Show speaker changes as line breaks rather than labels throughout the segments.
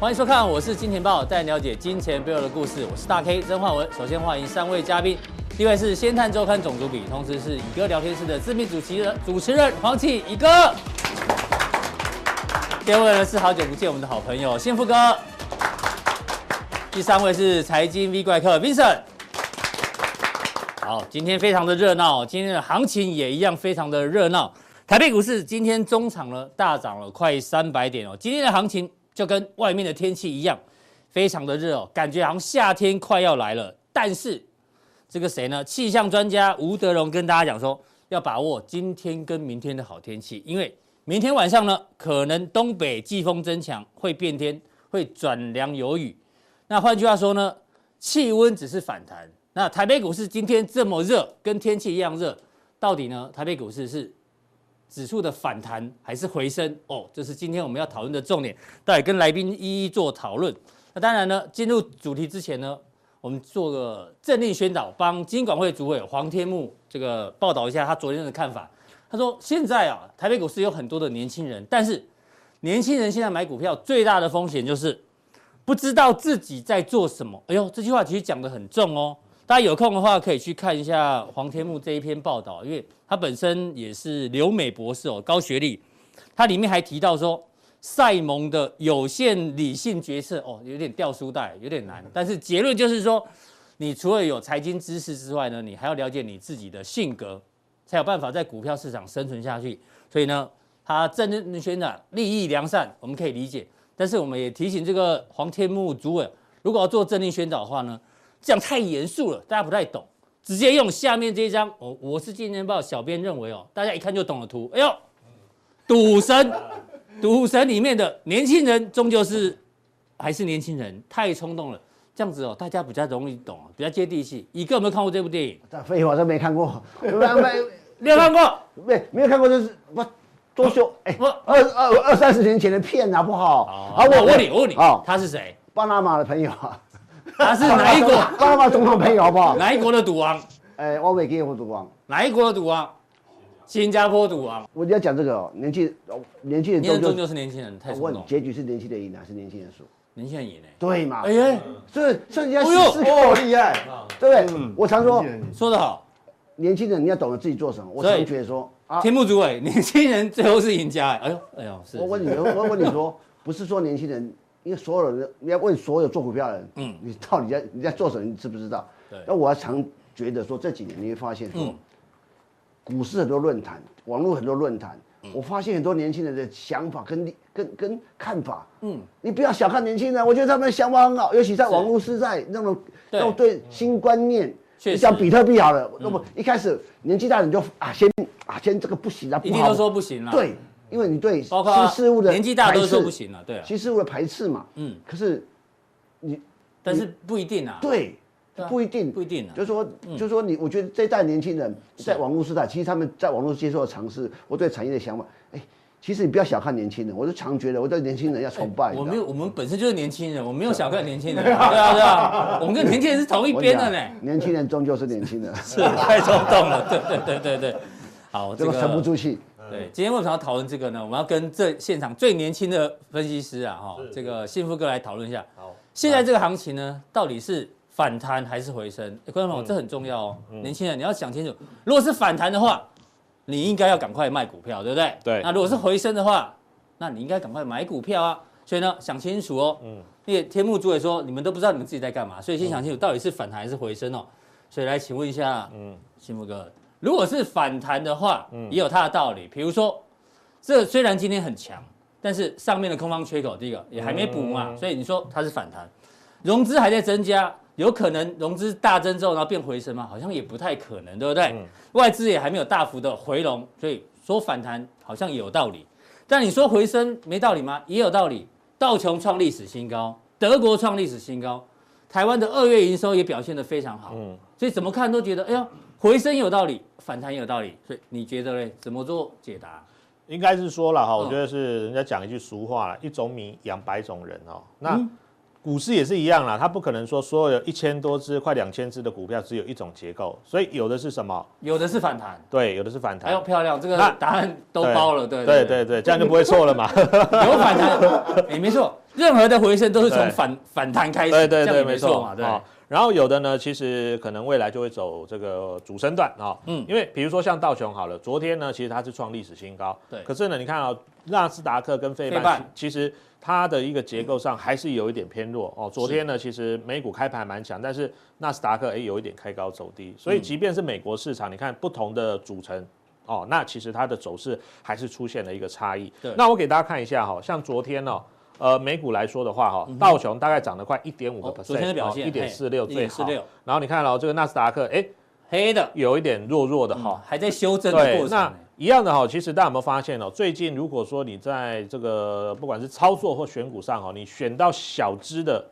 欢迎收看，我是金钱豹，带你了解金钱背后的故事。我是大 K 曾焕文。首先欢迎三位嘉宾，第一位是《先探周刊》总主笔，同时是以哥聊天室的知名主持人主持人黄启以哥。第二位呢是好久不见我们的好朋友幸福哥。第三位是财经 V 怪客 Vincent。好，今天非常的热闹，今天的行情也一样非常的热闹。台北股市今天中场呢大涨了快三百点哦，今天的行情就跟外面的天气一样，非常的热哦，感觉好像夏天快要来了。但是这个谁呢？气象专家吴德荣跟大家讲说，要把握今天跟明天的好天气，因为明天晚上呢，可能东北季风增强，会变天，会转凉有雨。那换句话说呢，气温只是反弹。那台北股市今天这么热，跟天气一样热，到底呢？台北股市是指数的反弹还是回升？哦，这是今天我们要讨论的重点，待会跟来宾一一做讨论。那当然呢，进入主题之前呢，我们做个政令宣导，帮金管会主委黄天木这个报道一下他昨天的看法。他说，现在啊，台北股市有很多的年轻人，但是年轻人现在买股票最大的风险就是不知道自己在做什么。哎呦，这句话其实讲得很重哦。大家有空的话可以去看一下黄天木这一篇报道，因为他本身也是留美博士哦，高学历。他里面还提到说，塞蒙的有限理性决策哦，有点掉书袋，有点难。但是结论就是说，你除了有财经知识之外呢，你还要了解你自己的性格，才有办法在股票市场生存下去。所以呢，他政治宣长利益良善，我们可以理解。但是我们也提醒这个黄天木主委，如果要做政令宣导的话呢，这样太严肃了，大家不太懂。直接用下面这一张，我、我是《金钱报》小编认为哦，大家一看就懂的图。哎呦，赌神，赌神里面的年轻人终究是还是年轻人，太冲动了。这样子哦，大家比较容易懂，比较接地气。一个有没有看过这部电影？
这废话都没看过， 没
你有看过？
没没有看过就是不多秀 哎，
不
二二二三十年前的片啊，不好。
好，我问你，我问你
好，，
他是谁？
巴拿马的朋友啊，
他是哪一国？
巴拿马总统朋友好不好？
哪一国的赌王？
哎，汪伟给我赌王，
哪一国的赌王？新加坡赌王。
我就要讲这个哦，年纪哦年轻人
年
终
终
究，
就是年轻人，太
我
冲
问你
动，
结局是年轻人赢还是年轻人输？
年轻人赢哎。
对嘛
哎？呀，
所以所以你要
哎呦哦
思考力，
厉害！
对不对？我常说
说得好，
年轻人你要懂得自己做什么，我
所以
常觉得说啊，
天幕主委，哎年轻人最后是赢家哎。哎呦，哎呦，是。
我问
是
你，我问你说， 不是说年轻人，因为所有人，你要问所有做股票的人，
嗯
嗯，你到底在你在做什么，你知不知道？
对
那我常觉得说这几年你会发现说，
嗯
股市很多论坛，网络很多论坛，
嗯
我发现很多年轻人的想法跟跟跟看法，
嗯
嗯，你不要小看年轻人，我觉得他们的想法很好，尤其在
是
网络时代那种
对
那种对新观念。
确
你讲
实嗯
比特币好了，那么一开始年纪大的你就啊先啊先这个不行啊，
一
不
定
好
都说不行了。，
对，因为你对
包括
新事物的
年纪大都
排斥
说不行了，对啊。
新事物的排斥嘛。
嗯，
可是你
但是不一定啊。，
对
对啊
不一定，
不一定啊
就是说，就是说你，我觉得这一代年轻人在网络时代，其实他们在网络接受的尝试，我对产业的想法，哎，其实你不要小看年轻人，我就常觉得我对年轻人要崇拜。
哎我
你
没
知道
有，我们本身就是年轻人，我没有小看年 轻人。对啊，对啊，我们跟年轻人是同一
我
边的
讲
呢。
年轻人终究是年轻人，
是太冲动了，对对对对对。好， 这
这
个
个沉不住气。
对，今天为什么要讨论这个呢？我们要跟这现场最年轻的分析师啊，哈，这个幸福哥来讨论一下。
好，
现在这个行情呢，到底是反弹还是回升？诶观众朋友，这很重要哦，年轻人你要想清楚。如果是反弹的话，你应该要赶快卖股票，对不对？
对
那如果是回升的话，那你应该赶快买股票啊。所以呢，想清楚哦。嗯。因为天幕主委说，你们都不知道你们自己在干嘛，所以先想清楚到底是反弹还是回升哦。所以来请问一下，嗯，幸福哥，如果是反弹的话，也有它的道理。比如说，这虽然今天很强，但是上面的空方缺口，第一个也还没补嘛，所以你说它是反弹，融资还在增加，有可能融资大增之后然后变回升吗？好像也不太可能，对不对？外资也还没有大幅的回笼，所以说反弹好像也有道理。但你说回升没道理吗？也有道理。道琼创历史新高，德国创历史新高，台湾的二月营收也表现得非常好。所以怎么看都觉得，哎呦，回升有道理，反弹也有道理。所以你觉得嘞？怎么做解答？
应该是说了哈，我
嗯嗯
觉得是人家讲一句俗话了，一种米养百种人哦。那股市也是一样啦，它不可能说所有一千多只、快两千只的股票只有一种结构，所以有的是什么？
有的是反弹，
对，有的是反
还有
弹。
漂亮，这个
啊那
答案都包了，对
对对对，这样就不会错了嘛。
有反 弹，哎也没错，任何的回升都是从
对
反反弹开始，
对对
这样
对，
也
没
没
错
错嘛，对。
哦然后有的呢，其实可能未来就会走这个主升段啊，
嗯
嗯，因为比如说像道琼好了，昨天呢，其实它是创历史新高，
对
可是呢，你看啊、纳斯达克跟费
费
半
半
其实它的一个结构上还是有一点偏弱哦。昨天呢，其实美股开盘蛮强，但是纳斯达克哎有一点开高走低，所
嗯
以即便是美国市场，你看不同的组成。哦，那其实它的走势还是出现了一个差异。
对
那我给大家看一下哈、像昨天哦，呃，美股来说的话哈、道琼大概涨了快一点五个
嗯哦
percent，
昨天的表现
一点四六最好。
1.46
然后你看哦，这个纳斯达克哎
黑的
有一点弱弱的哈、
好，还在修嗯正的
对
过，程欸
那
呢。哦
一样的哈，其实大家有没有发现哦？最近如果说你在这个不管是操作或选股上哦，你选到小只的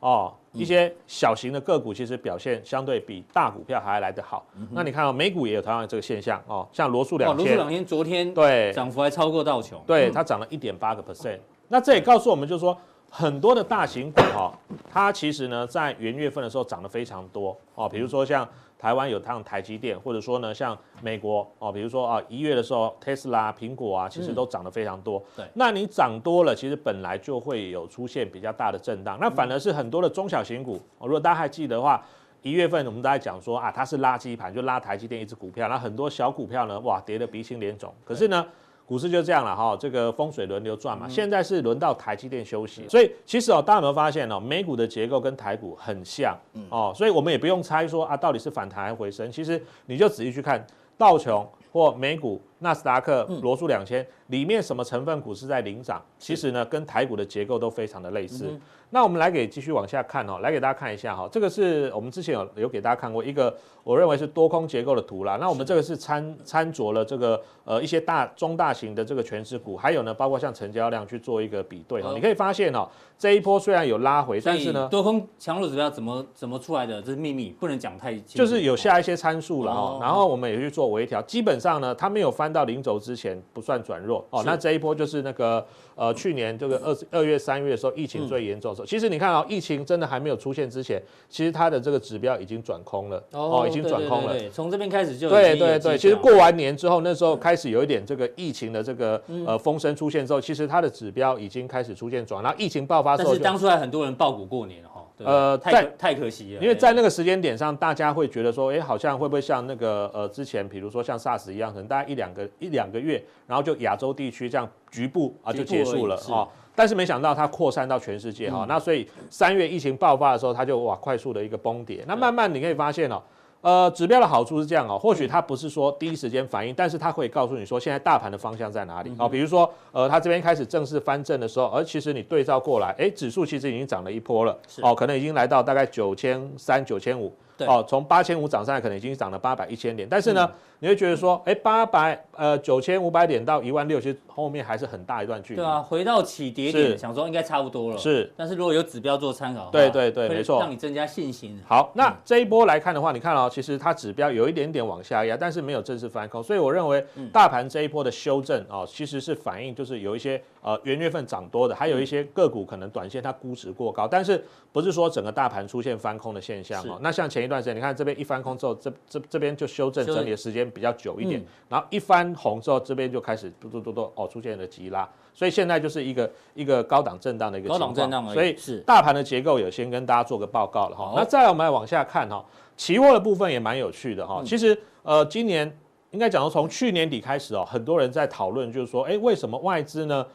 哦，
嗯
一些小型的个股，其实表现相对比大股票还来得好。
嗯
那你看哦，美股也有同样的这个现象哦，像罗素
哇，
两
卢素
千，
两天昨天
对，
涨嗯幅还超过道琼，
对，它涨了一点八个 percent。那这也告诉我们，就是说很多的大型股哈、它其实呢在元月份的时候涨得非常多哦，比如说像台湾有趟台积电，或者说呢像美国哦，比如说啊一月的时候，Tesla、苹果啊，其实都涨得非常多。
嗯对
那你涨多了，其实本来就会有出现比较大的震荡，那反而是很多的中小型股，哦、如果大家还记得的话。一月份我们大家讲说啊，它是垃圾盘，就拉台积电一只股票，那很多小股票呢，哇，跌得鼻青脸肿。可是呢，股市就这样了哈，这个风水轮流转嘛。现在是轮到台积电休息，所以其实哦，大家有没有发现哦，美股的结构跟台股很像哦，所以我们也不用猜说啊，到底是反弹还是回升。其实你就仔细去看道琼或美股、纳斯达克、
嗯
罗素两千里面什么成分股是在领涨，其实呢，跟台股的结构都非常的类
嗯
似。那我们来给继续往下看哦，来给大家看一下哈、这个是我们之前有有给大家看过一个我认为是多空结构的图啦。那我们这个是参参酌了这个呃一些大中大型的这个全指股，还有呢包括像成交量去做一个比对哈、
哦
你可以发现哦，这一波虽然有拉回，
所
但
以
是呢。
多空强弱指标怎么怎么出来的，这是秘密，不能讲太清楚。
就是有下一些参数了
哦
哈，然后我们也去做微调。基本上呢，它没有翻到零轴之前不算转弱哦。
是
那这一波就是那个呃，去年这个二二月、三月的时候，疫情最严重的时候，其实你看啊、疫情真的还没有出现之前，其实它的这个指标已经转空了哦，已经转空了
对。对对从这边开始就
对
已经有
对
迹象
对，其实过完年之后，那时候开始有一点这个疫情的这个
嗯
呃风声出现之后，其实它的指标已经开始出现转，然后疫情爆发之
但
后
是
就
当初还很多人爆股过年了哈，对吧
呃
太
在
可太可惜了，
因为在那个时间点上，大家会觉得说，哎，好像会不会像那个呃之前，比如说像 SARS 一样，可能大家一两个一两个月，然后就亚洲地区这样局部啊
局部
就结束了
而已是
哦。但是没想到它扩散到全世界哈、哦
嗯
那所以三月疫情爆发的时候，它就哇快速的一个崩跌。那慢慢你可以发现哦，呃，指标的好处是这样哦，或
嗯
许它不是说第一时间反应，但是它会告诉你说现在大盘的方向在
嗯
哪里哦。比如说，呃，它这边开始正式翻正的时候，而其实你对照过来，哎，指数其实已经涨了一波了
是
哦，可能已经来到大概九千三、九千五。
对嗯
哦，从八千五涨上来，可能已经涨了八百、一千点，但是呢，你会觉得说，哎，八百呃九千五百点到一万六，其实后面还是很大一段距离。
对啊，回到起跌点，
是
想说应该差不多了。
是，
但是如果有指标做参考的话，
对对对
会
没错
让你增加信心。
嗯好，那这一波来看的话，你看哦，其实它指标有一点点往下压，但是没有正式翻空，所以我认为
嗯
大盘这一波的修正哦，其实是反映就是有一些呃元月份涨多的，还有一些个股可能短线它估值过高，但是不是说整个大盘出现翻空的现象
是
哦。那像前一段时间，你看这边一翻空之后，这这这边就修正
修正
整理的时间比较久一点
嗯，
然后一翻红之后，这边就开始嘟嘟嘟嘟哦出现了急拉，所以现在就是一个一个高档震荡的一个
高
情
档
况，
震荡而已
所以
是
大盘的结构有先跟大家做个报告了哈
好。
那再来我们来往下看哈，期货的部分也蛮有趣的
嗯
哈。其实呃，今年应该讲说从去年底开始哦，很多人在讨论就是说，哎，为什么外资呢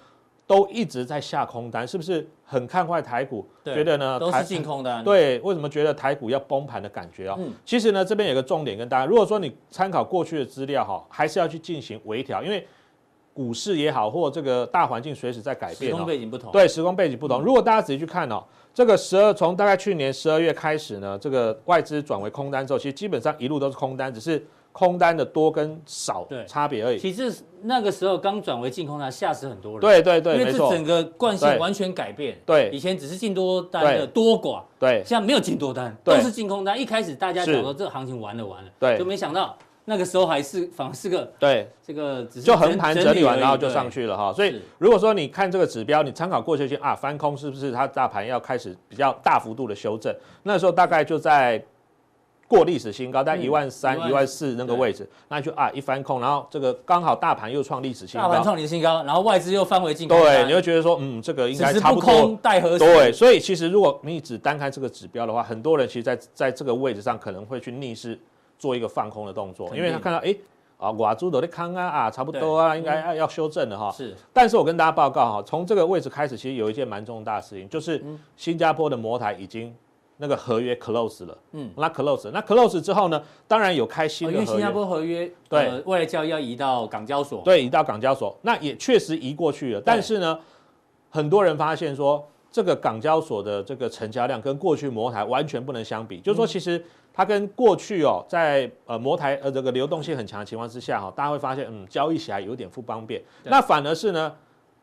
都一直在下空单？是不是很看坏台股？
对
觉得呢
都
呃台
是净空单。，啊
对，为什么觉得台股要崩盘的感觉啊、
嗯
其实呢，这边有个重点跟大家，如果说你参考过去的资料哈，还是要去进行微调，因为股市也好，或这个大环境随时在改
时
变哦
空。背景不同。，
对，时空背景不
嗯
同。如果大家仔细去看哦，这个十二从大概去年十二月开始呢，这个外资转为空单之后，其实基本上一路都是空单，只是空单的多跟少
对
差别而已。
其实那个时候刚转为净空单，吓死很多人。，
对对对，
因为
没
这
错
整，个惯性
对
完全改变。
对
以前只是进多单的
对
多寡，
对
现在没有进多单，都
对
是净空单。一开始大家
是
想说这个行情完了完了，
对
就没想到那个时候还是反而是个
对，
这个只是
就横盘整理完
而已
然后就上。去了哈。所
是
以如果说你看这个指标，你参考过去线啊，翻空是不是它大盘要开始比较大幅度的修正？那时候大概就在。过历史新高，但
嗯
一万三、一万四那个
对
位置，那你就啊一翻空，然后这个刚好大盘又创历史
对
新
大盘
高，
创历史新高，然后外资又翻回进口
对，
单
你会觉得说，嗯，这个应
只
该
是
差
不
不多
空待何时？
对，所以其实如果你只单看这个指标的话，很多人其实在在这个位置上可能会去逆势做一个放空的动作
肯，定
因为他看到哎。诶啊，瓦猪都在康啊啊，差不多啊，
对
应该啊要修正了哈。
是
但是我跟大家报告哈，从这个位置开始，其实有一件蛮重大的事情，就是
嗯
新加坡的摩台已经那个合约 close 了，
嗯
嗯，那 close，了那 close 之后呢，当然有开新
哦
的
因
合
为
约，
新加坡合约
对
呃外交要移到港交所，
对，移到港交所，那也确实移过去了。但是呢，很多人发现说，这个港交所的这个成交量跟过去摩台完全不能相比，
嗯
就是说，其实它跟过去哦，在呃摩台呃这个流动性很强的情况之下哈、大家会发现，嗯，交易起来有点不方便。
对
那反而是呢。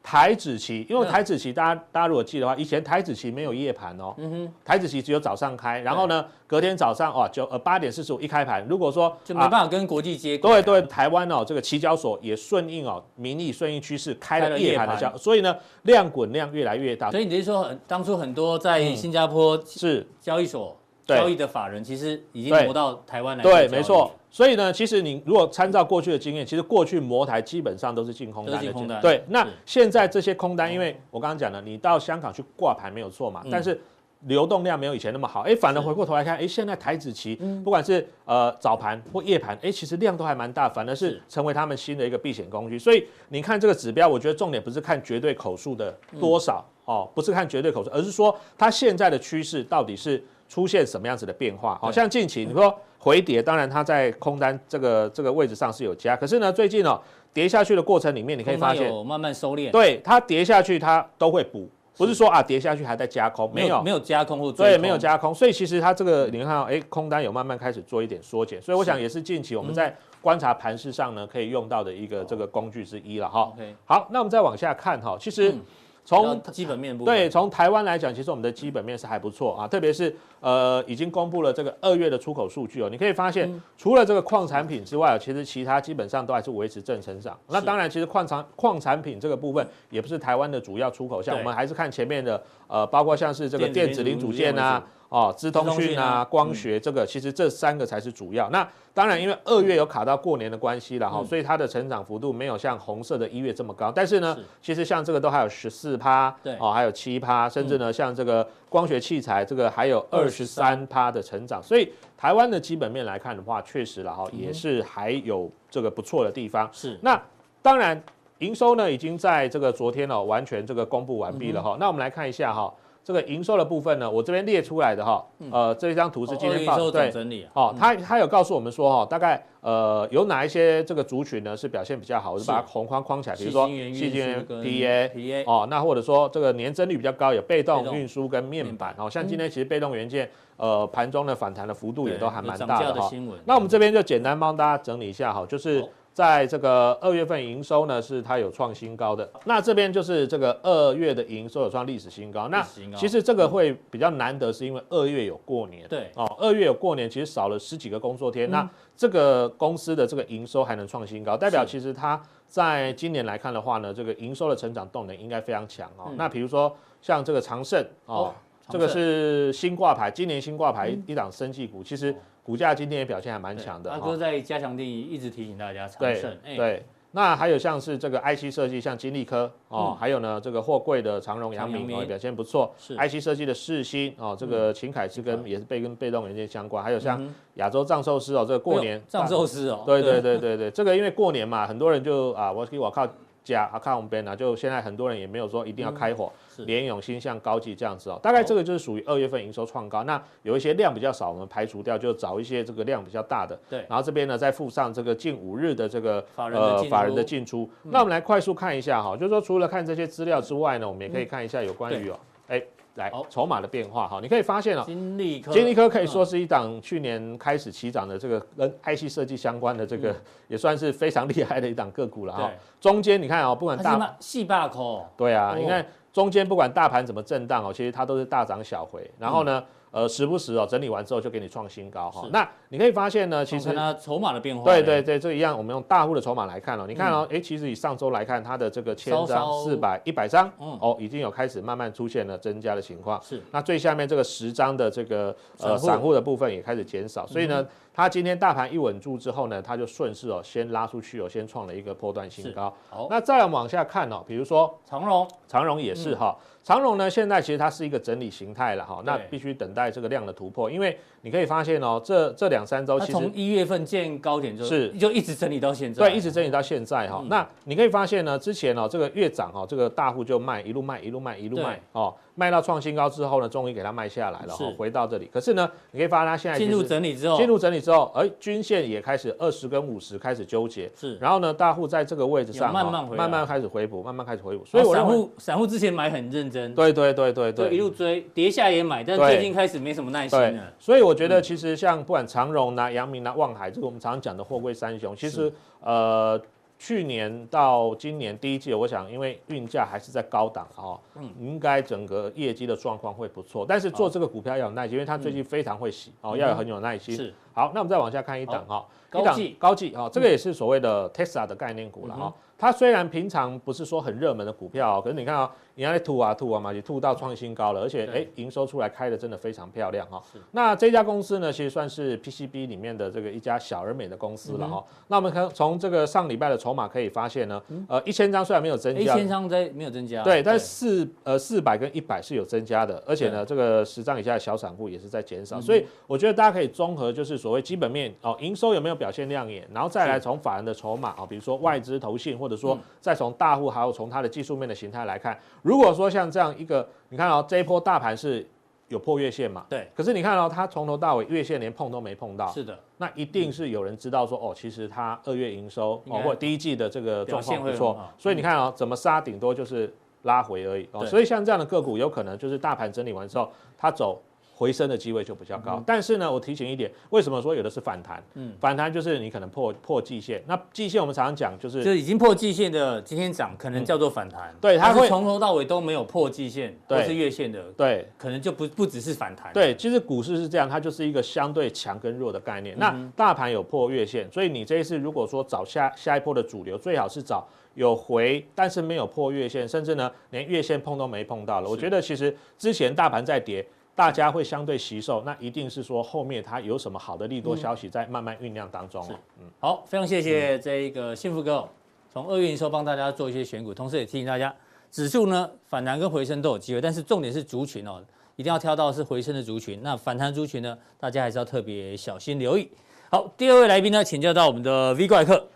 台子期，因为
嗯
台子期，大家大家如果记得话，以前台子期没有夜盘哦，
嗯
台子期只有早上开，然后呢，隔天早上哦九呃八点四十五一开盘，如果说
就没
啊
办法跟国际接轨。
对对，台湾哦，这个期交所也顺应哦民意顺应趋势开
开了
了
夜
夜盘的
盘
交，所以呢量滚量越来越大，
所以你是说很，当初很多在新加坡
是
交易所
对
交易的法人，其实已经
对
挪到台湾来做
对，
交易
没错。。所以呢，其实你如果参照过去的经验，其实过去摩台基本上都是进空
都
单的
是进
结
空单
对，那
是
现在这些空单，因为我刚刚讲了，你到香港去挂牌没有错嘛，
嗯
但是。流动量没有以前那么好，哎，反而回过头来看，哎，现在台子期
嗯
不管是呃早盘或夜盘，哎，其实量都还蛮大，反而是
是
成为他们新的一个避险工具。所以你看这个指标，我觉得重点不是看绝对口数的多少、
嗯
哦，不是看绝对口数，而是说它现在的趋势到底是出现什么样子的变化。好、
对
像近期你说回跌，当然它在空单这个这个位置上是有加，可是呢，最近哦跌下去的过程里面，你可以
空单
发现，
有慢慢收敛，
对它跌下去它都会补，不是说啊跌下去还在加空，没
没
有
没。有加空或追
对，
空
没有。加空，所以其实它这个你看到，哎，空单有慢慢开始做一点缩减，所以我想也是近期我们在观察盘势上呢，可以用到的一个这个工具之一了哈。
OK，
好，那我们再往下看哈，其实
嗯
从
到基本面部分
对，从台湾来讲，其实我们的基本面是还不错啊，特别是呃，已经公布了这个二月的出口数据哦，你可以发现，
嗯
除了这个矿产品之外，其实其他基本上都还是维持正成长。那
是
当然，其实矿产矿产品这个部分也不是台湾的主要出口项，
对
我们还是看前面的呃，包括像是这个
电
电
子
子
零
零
组
组
件
件啊
为。
哦，资通
资通
讯
讯
啊
啊，
光学这个，其实这三个才是主要。那当然，因为二月有卡到过年的关系了哈，
嗯
所以它的成长幅度没有像红色的一月这么高。但是呢
是，
其实像这个都还有十四趴，
对嗯
哦，还有七趴，甚至呢，像这个光学器材，这个还有二十
23
三趴的成长。所以台湾的基本面来看的话，确实了哈，
嗯
也是还有这个不错的地方。
是
那当然，营收呢已经在这个昨天哦完全这个公布完毕了
嗯
哈。那我们来看一下哈，这个营收的部分呢，我这边列出来的哈，
嗯
呃，这张图是今天
报
报
收
对
总。整理啊，
哦，他他有告诉我们说，哈，大概呃有哪一些这个族群呢是表现比较好，我就是把它红框框起来，比如说
细晶元运输
PA
跟 PA
哦，那或者说这个年增率比较高，有被
被动
动运输跟面
面板嗯
板，哦，像今天其实被动元件呃盘中的反弹的幅度也
对
都还蛮
有涨
大
价
的
的
哈。
新闻
那我们这边就简单帮大家整理一下哈，就是
好
在这个二月份营收呢是它有创新高的，那这边就是这个二月的营收有创历史新高。那
历史新高
其实这个会比较难得，是因为二月有过年，
对嗯
哦，二月有过年，其实少了十几个工作天，那这个公司的这个营收还能创新高，代表
是
其实它在今年来看的话呢，这个营收的成长动能应该非常强哦。
嗯
那比如说像这个长盛哦
哦
这个
长盛嗯
是新挂牌，今年新挂牌一档生技股，其实股价今天也表现还蛮
对
强的。
阿
哦
哥在加强定义一直提醒大家长
对
盛，哎，
对。那还有像是这个 IC 设计，像金立科哦
嗯，
还有呢这个货柜的长荣、阳
长
明
荣
哦
明
也表现不
嗯
错。
是
IC 设计的世新哦，这个秦凯是
嗯
跟也是被跟被动元件相关，还有像
嗯
亚洲藏寿司哦，这个过
哎
年啊
呦藏寿司哦，
对对对对对，这个因为过年嘛，很多人就啊，我我靠家啊，靠我们边啊，就现在很多人也没有说一定要开火，
嗯是
联永、新向、高技这样子哦，大概这个就是属于二月份营收创高。那有一些量比较少，我们排除掉，就找一些这个量比较大的。
对
然后这边呢再附上这个近五日的这个呃
法人的进出嗯
法人的进出。那我们来快速看一下哈，就是说除了看这些资料之外呢，我们也可以看一下有关于哦，哎，来
好
筹码的变化哈，你可以发现哦。
金利科，嗯
金立科可以说是一档去年开始起涨的这个跟 IC 设计相关的这个也算是非常厉害的一档个股了哈
嗯对。
中间你看哦，不管
它是
大
卖细霸口，
对
哦嗯
啊，你看中间不管大盘怎么震荡哦，其实它都是大涨小回。然后呢，呃时不时哦整理完之后就给你创新高哈、那你可以发现呢，其
其
实
实它筹码的变化，
对对，对，这一样，我们用大户的筹码来看哦，你看哦，哎、其实以上周来看，它的这个千
嗯稍
张、
稍
四百、一百张，
嗯
哦，已经有开始慢慢出现了增加的情况。
是
那最下面这个十张的这个
散
呃
户嗯
散户的部分也开始减少，所以呢，它今天大盘一稳住之后呢，它就顺势哦先拉出去哦，先创了一个波段新
是哦
高。
好，
那再往下看哦，比如说
长荣
长荣也
嗯
是哈，长荣呢现在其实它是一个整理形态了哈，那
对
必须等待这个量的突破，因为你可以发现哦，这这两三周
它
其实
从一月份见高点就是就一直整理到现在，
对，一直整理到现在哈、
嗯
那你可以发现呢，之前哦，这个越涨哦，这个大户就卖，一路卖，一路卖，一路卖
对
哦，卖到创新高之后呢，终于给它卖下来了、
是
哦，回到这里。可是呢，你可以发现它现在已
进
经
入
是
整理之后，
进入整理之后，哎，均线也开始二十跟五十开始纠结。
是，
然后呢，大户在这个位置
嗯有
上哦、
慢慢回来
慢慢开始回补，慢慢开始回补。
所
所以
以
我
散
认为，
户散户之前买很认真，
对对对对
就
对，
一路追，跌下也买，但
对
最近开始没什么耐心
对
了，，嗯
所以我觉得其实像不管长荣啦、阳明啦、望海，这个我们常常讲的货柜三雄，其实呃去年到今年第一季，我想因为运价还是在高档哦，
嗯哦
应该整个业绩的状况会不错。但是做这个股票要有耐心，因为它最
嗯
近非常会洗哦，要有很有耐心。
是
好，那我们再往下看一档哈，
高
一档
技
高技哦，这个也是所谓的 Tesla 的概念股了
嗯
哈。它虽然平常不是说很热门的股票哦，可是你看啊、哦，你看它吐啊吐啊嘛，也吐到创新高了，而且
对
哎，营收出来开的真的非常漂亮哈、哦
是。
那这家公司呢，其实算是 PCB 里面的这个一家小而美的公司了
嗯
哈、哦。那我们看从这个上礼拜的筹码可以发现呢，呃，一千张虽然没有增
嗯一
加，
千张在没有增加，
对，但是四呃四百跟一百是有增加的，而且呢，这个十张以下的小散户也是在减
嗯
少，所以我觉得大家可以综合就是所谓基本面哦，营收有没有表现亮眼，然后再来从法人的筹码哦，比如说外资投信，或者说
嗯
再从大户，还有从它的技术面的形态来看，如果说像这样一个，你看哦，这一波大盘是有破月线嘛，
对，
可是你看哦，它从头到尾月线连碰都没碰到，
是的，
那一定是有人知道说，哦，其实它二月营收
应
哦
该
或第一季的这个状况
表现
不
会
错
很好，嗯
所以你看哦，怎么杀顶多就是拉回而已哦。
对
所以像这样的个股，有可能就是大盘整理完之后，它走回升的机会就比较高。但是呢，我提醒一点，为什么说有的是反弹？
嗯
反弹就是你可能破破季线，那季线我们常常讲就是
就是已经破季线的今天涨，可能叫做反弹，
对它
但是
会
从头到尾都没有破季线
对
或是月线的，
对
可能就不不只是反弹，，
对，其实股市是这样，它就是一个相对强跟弱的概
嗯
念。那大盘有破月线，所以你这一次如果说找下下一波的主流，最好是找有回，但是没有破月线，甚至呢连月线碰都没碰到了。我
是
觉得其实之前大盘在跌。大家会相对吸售，那一定是说后面它有什么好的利多消息在慢慢酝酿当中、
嗯是
哦。
好，非常谢谢这一个幸福哥、哦，从二月营收帮大家做一些选股，同时也提醒大家，指数呢反弹跟回升都有机会，但是重点是族群哦，一定要挑到是回升的族群。那反弹族群呢，大家还是要特别小心留意。好，第二位来宾呢，请教到我们的 V 怪客。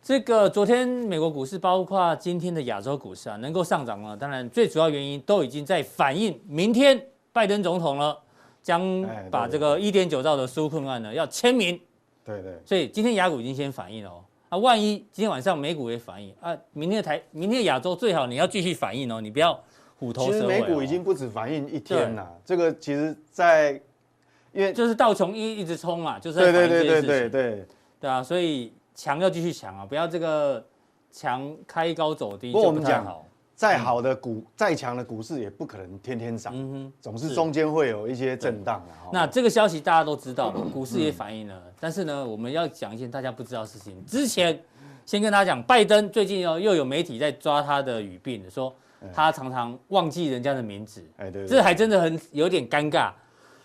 这个昨天美国股市，包括今天的亚洲股市啊，能够上涨呢，当然最主要原因都已经在反映明天拜登总统呢将
哎对
把
对
这个一点九兆的纾困案呢要签名。
对对，
所以今天雅股已经先反应了哦。啊，万一今天晚上美股也反应啊，明天的台，明天的亚洲最好你要继续反应哦，你不要虎头
其
蛇尾、
实
哦。
美股已经不止反映一天了，这个其实在，因为
就是道琼一一直冲嘛，就是在
对
反
对
映这
对
件
对
事情
对对。
对啊，所以强要继续强啊，不要这个强开高走低
不过
就
我
不
们
太
讲
好。
再好的股，再强的股市也不可能天天涨，
嗯
啊
嗯哼，
总是
是
中间会有一些震荡啊。哈
那这个消息大家都知道嘛，股市也反映了，但是呢，我们要讲一件大家不知道的事情。之前先跟大家讲，拜登最近哦又有媒体在抓他的语病，说
嗯
他常常忘记人家的名字。
哎对，对
这还真的很有点尴尬。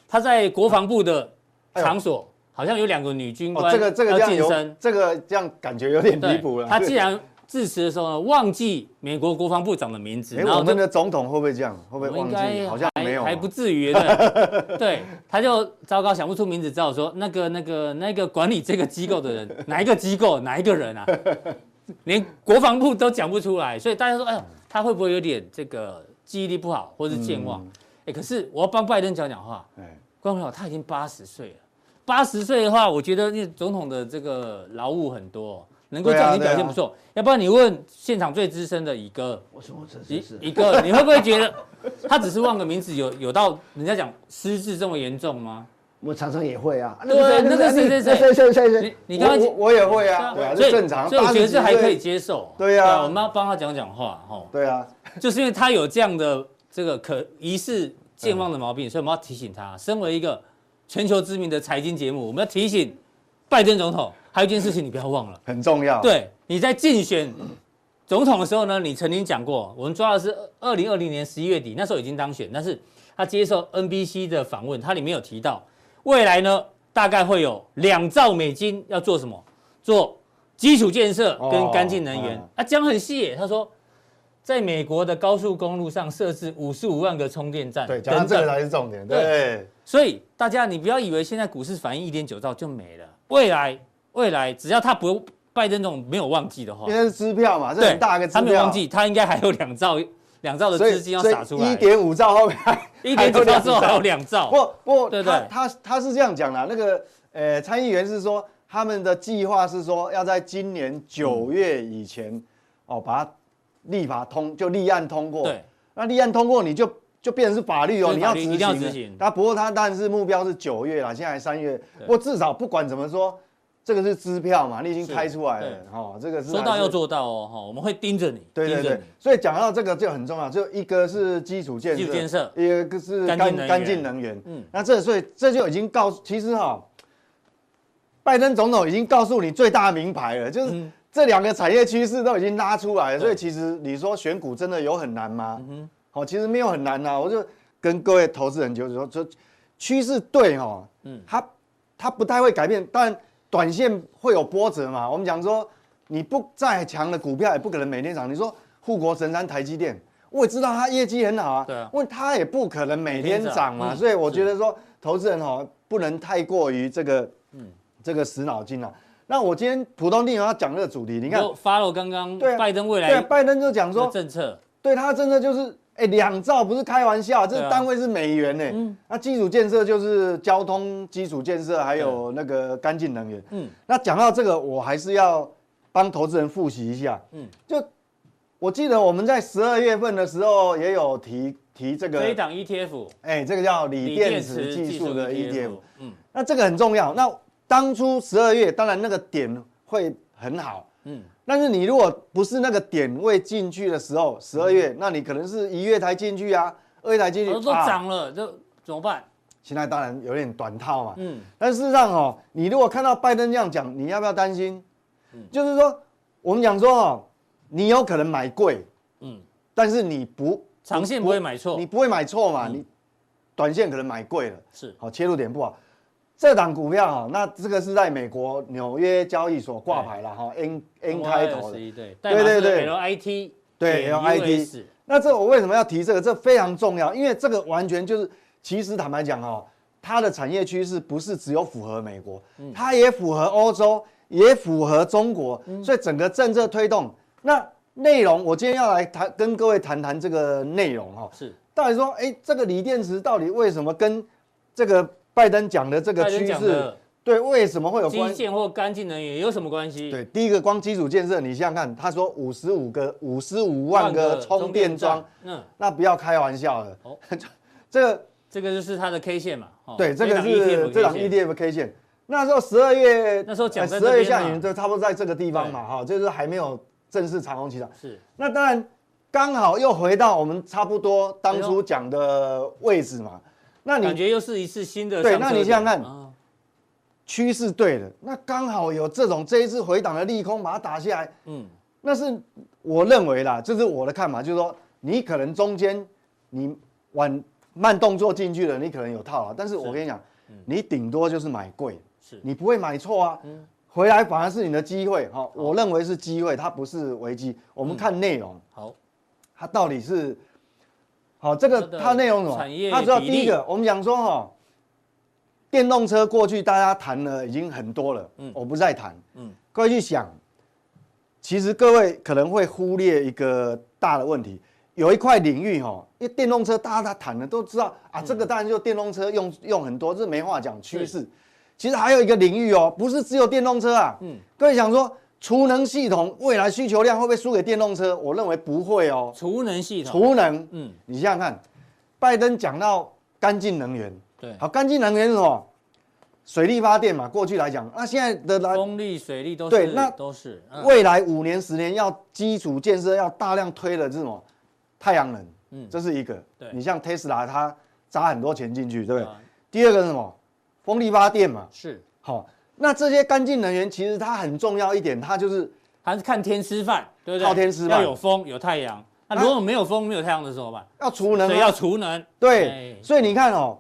他在国防部的
哎呦
场所，好像有两个女军
哦，
官
这个这个这
要
样
晋
有
升，，
这个这样感觉有点
对
离谱了。
他既然致辞的时候呢，忘记美国国防部长的名字，
哎，
然后
我
就
们的总统会不会这样？会不
我
会
们
忘
应
记？
该
好像没有啊，
还还不至于 对对，他就糟糕想不出名字，只好说那个那个那个管理这个机构的人，哪一个机构哪一个人啊，连国防部都讲不出来，所以大家说，哎呦，他会不会有点这个记忆力不好，或是健忘？哎，可是我要帮拜登讲讲话，
嗯哎，
观众朋友，他已经八十岁了。八十岁的话，我觉得那总统的这个劳务很多、哦能够
对啊
叫你表
对
现
啊
不错。要不然你问现场最资深的乙哥，
我说我真
乙
是
乙哥，你会不会觉得他只是忘个名字，有有到人家讲失智这么严重吗？
我们常常也会啊，
对啊那个谁谁
谁谁谁
你
谁，
你
我
刚
我
刚
我也会啊，对啊，
所
这
以
正常。
所以我觉得
80
这还可以
几岁，
接受。
对啊
我们要帮他讲讲话哦，
对啊，
就是因为他有这样的这个可疑似健忘的毛病，所以我们要提醒他。身为一个全球知名的财经节目，我们要提醒拜登总统，还有一件事情你不要忘了，
很重要。，
对，你在竞选总统的时候呢，你曾经讲过，我们抓的是二零二零年十一月底，那时候已经当选，但是他接受 NBC 的访问，他里面有提到，未来呢大概会有两兆美金要做什么？做基础建设跟干净能源。
嗯
哦
啊，讲很细耶，他说。在美国的高速公路上设置五十五万个充电站，
对，讲到
等
这
等
个才是重点，对，
对，
所以大家你不要以为现在股市反应一点九兆就没了，未来未来只要他不拜登总统没有忘记的话，
因为是支票嘛，这
哦对，
很大个支
他
票，
没有忘记，他应该还有两兆两兆的
所以
资金要撒出来
一，点五兆后面还
一点九兆之后还有两兆
不。不，
对
他
对
他他是这样讲啦，那个呃，参议员是说他们的计划是说要在今年九月以前、
嗯
哦，把它立法通就立案通过。
对，
那立案通过你就就变成是法律
就
哦，
是
你
法
要
律
执
一定要
行的。
执行
那不过他但是目标是九月啦，现在还三月。不过至少不管怎么说，这个是支票嘛，你已经
是
开出来了
对，
哦，这个是
说
还
到
是
要做到哦，哈，我们会盯着你，
对对
盯着
对
你，
所以讲到这个就很重要，就一个是基础建设，
基础建设
一个是
干净能
干
源
干净能源。
嗯
嗯，那这所以这就已经告诉，其实哈、拜登总统已经告诉你最大名牌了，就是
嗯
这两个产业趋势都已经拉出来了，
对
所以其实你说选股真的有很难吗？嗯，好、其实没有很难呐、啊我就跟各位投资人就是说，就趋势对哈、嗯，它它不太会改变，但短线会有波折嘛。我们讲说，你不再强的股票也不可能每天涨。你说护国神山台积电，我也知道它业绩很好啊，
对啊
问它也不可能每天涨嘛。
嗯
所以我觉得说，投资人哦不能太过于这个，
嗯
这个死脑筋了、那我今天普通地方要讲这个主题，你
你
看，
就 follow 刚刚
对啊
拜登未
对啊，
来的
拜登就讲说，
政策，
对他的政策就是，哎，两兆不是开玩笑，这
对啊
单位是美元呢。那基础建设就是交通基础建设，还有那个干净能源。
嗯
嗯，那讲到这个，我还是要帮投资人复习一下。
嗯
嗯，就我记得我们在十二月份的时候也有提提这
这一
个，
档 E ETF
哎，这个叫锂电池技术的 E ETF。
ETF，嗯，
那这个很重要。那当初十二月，当然那个点会很好，
嗯
嗯，但是你如果不是那个点位进去的时候，十二月，
嗯
那你可能是一月才进去啊，二月才进去，
都都
啊
涨了，这怎么办？
现在当然有点短套嘛，
嗯，
但事实上哦，你如果看到拜登这样讲，你要不要担心？
嗯
就是说，我们讲说哦，你有可能买贵，
嗯
嗯，但是你不
长线不会买错嗯
你不会买错嘛，你短线可能买贵了。
是
好，切入点不好。这档股票哈，那这个是在美国纽约交易所挂牌了哈，N N 开头的。
21对，E，代码是
对对
LIT，
对
，LIT，
LIT 那这我为什么要提这个？这非常重要，因为这个完全就是，其实坦白讲哈，它的产业趋势不是只有符合美国，
嗯
它也符合欧洲，也符合中国，
嗯
所以整个政策推动。那内容，我今天要来谈，跟各位谈谈这个内容哈。
是
到底说，哎、这个锂电池到底为什么跟这个拜登讲的这个
拜登
趋
讲
势
的
对，为什么会有
基
关？
建或干净能源有什么关系？
对，第一个光基础建设，你想想看，他说五十五个、五十五万个充电桩，，
嗯，
那不要开玩笑了。
哦
这个
这个就是它的 K 线嘛。哦
对，这个
档 ETF
是这档 E
K E 线
ETF K 线。那时候十二月，哎
那时候讲在
十
这
二
边
月下
嘛
旬，就差不多在这个地方嘛，哈，就是还没有正式长虹起涨。
是
那当然刚好又回到我们差不多
哎
当
呦
初讲的位置嘛。那你
感觉又是一次新的
对
上
那
车
你想
点
想看
啊
趋势对了，那刚好有这种这一次回档的利空把它打下来，
嗯，
那是我认为啦，这是我的看法，就是说你可能中间你晚慢动作进去了，你可能有套牢，但是我跟你讲，你顶多就是买贵，
嗯是嗯
你不会买错啊，回来反而是你的机会哈、我认为是机会，它不是危机。我
嗯
们看内容，
好，
它到底是好这个
它的
它内容是什么？
产业
它主要
比
第
例
一个，我们讲说哈、电动车过去大家谈了已经很多了，我不再谈，嗯，各位去想，其实各位可能会忽略一个大的问题。有一块领域哈，因为电动车大家谈的都知道啊，这个当然就电动车用用很多，这没话讲趋势。其实还有一个领域哦，不是只有电动车啊。嗯，各位想说，储能系统未来需求量会不会输给电动车？我认为不会哦。
储能系统，
储能，
嗯
嗯，你想想看，拜登讲到干净能源，
对，
好，干净能源是什么？水力发电嘛，过去来讲，那现在的来
风力、水力都
对
是，
那
都是，嗯
未来五年、十年要基础建设要大量推的是什么？太阳能，嗯，这是一个。
对
你像 Tesla 它砸很多钱进去，对不对？
啊
第二个是什么？风力发电嘛，
是，
好、那这些干净能源其实它很重要一点，它就是
还是看天吃饭，对不对？
靠天吃饭
要有风有太阳。那如果没有风没有太阳的时候吧，
要储能
所
啊
以要储能。
对
哎，
所以你看哦，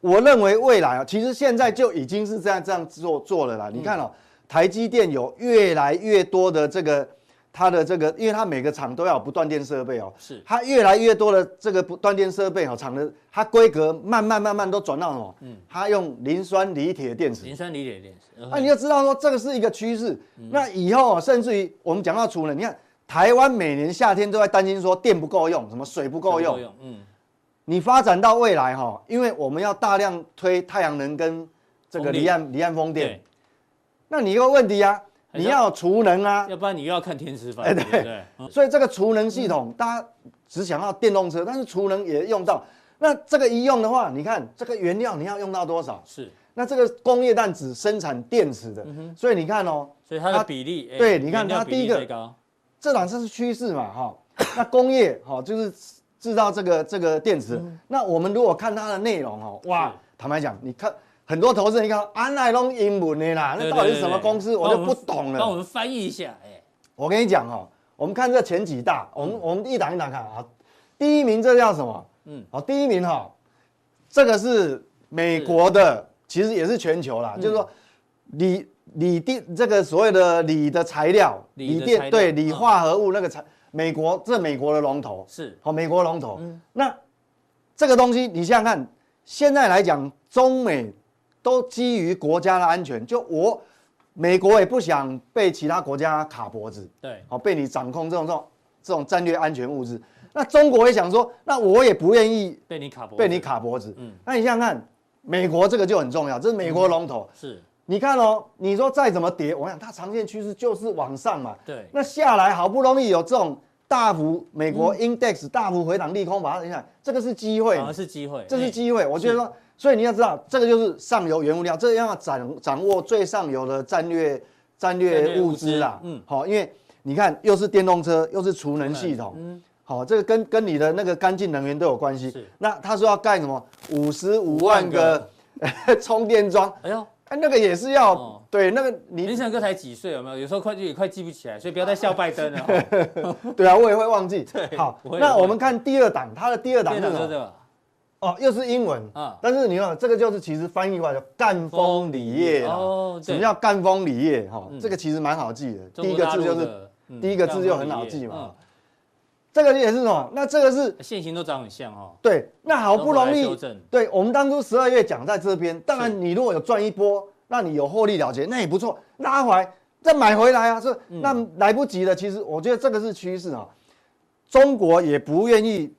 我认为未来啊，其实现在就已经是这样这样做做了啦。
嗯
你看哦，台积电有越来越多的这个它的这个，因为它每个厂都要有不断电设备哦，
是
它越来越多的这个不断电设备哦，厂的它规格慢慢慢慢都转到什么？它用磷酸锂铁电池。
嗯磷酸嗯锂铁电池，
那你就知道说这个是一个趋势。那以后、哦、甚至于我们讲到储能，你看台湾每年夏天都在担心说电不够用，什么水不够用。，
嗯，
你发展到未来哈，因为我们要大量推太阳能跟这个
风力
离岸离岸风电
对，，
那你一个问题啊，
还
你
是
要有储能啊，
要不然你又要看天吃饭，
哎
对不对？嗯
所以这个储能系统，大家只想要电动车，但是储能也用到。那这个一用的话，你看这个原料你要用到多少？
是，
那这个工业蛋只生产电池的，
嗯
所以你看哦，
所以它的
它
比例，哎
对你看
原料
它
比
第一
例
个
最高，
这两次是趋势嘛，哈、那工业哈、就是制造这个这个电池。那我们如果看它的内容哦，哇
嗯是，
坦白讲，你看很多投资人一看啊安奈龙英文的啦，啊那到底是什么公司，我就不懂
帮我
了。
们翻译一下，哎，
我跟你讲哦，我们看这前几大，我们我们一档一档看啊。第一名这叫什么？
嗯
嗯，好，第一名哈、这个是美国的，其实也是全球
嗯
啦，就是说锂锂电这个所谓的锂的材料，
锂的材料
对
嗯
锂化合物那个材，美国这美国的龙头，
是
好、哦美国龙头。那这个东西你想想看，现在来讲，中美都基于国家的安全，就我美国也不想被其他国家卡脖子，
对，
好、被你掌控这种这种这种战略安全物资。那中国也想说，那我也不愿意
被你卡脖，
被你，卡脖子。
嗯
那你想想看，美国这个就很重要，这是美国龙头。
是
你看哦，你说再怎么跌，我想它长线趋势就是往上嘛。
对，
那下来好不容易有这种大幅美国 index 大幅回档利空，把它影响，这个是机会
反，而嗯是机会，
这是
哎
机会。我觉得说，所以你要知道，这个就是上游原物料，这要掌掌握最上游的战略战
战
略
略
物
物
资
资
啦。
嗯
嗯，好，因为你看又是电动车，又是储能系统，
嗯，
好，这个跟跟你的那个干净能源都有关系
是。
那他说要盖什么五十五
万
万
个
个 充电桩，
哎呦，
哎，那个也是要、
哦
对那个你
林晨哥才几岁有没有？有时候快就也快记不起来，所以不要再笑拜登 了哦。
对啊，我也会 忘记。对好
我，也
那
会
我们看第二档，它的第二档
电
是
脑
什
就这
么？
个，
哦，又是英文
啊
啊。但是你看，这个就是其实翻译过来叫干风锂业啦。
哦对嗯
什么叫干风锂业？哈，这个其实蛮好记的，第一个字
中国大
就
陆
是
的嗯
第一个字就很好记
干
嘛
部。
这个也是什么？那这个是
理业，嗯嗯现行都长很像哦。
对，那好不
然后
容
后来
易
修正，
对我们当初十二月讲在这边，当
是
然你如果有赚一波，那你有获利了结，那也不错，拉回来再买回来啊，是
嗯
那来不及了。其实我觉得这个是趋势啊，中国也不愿意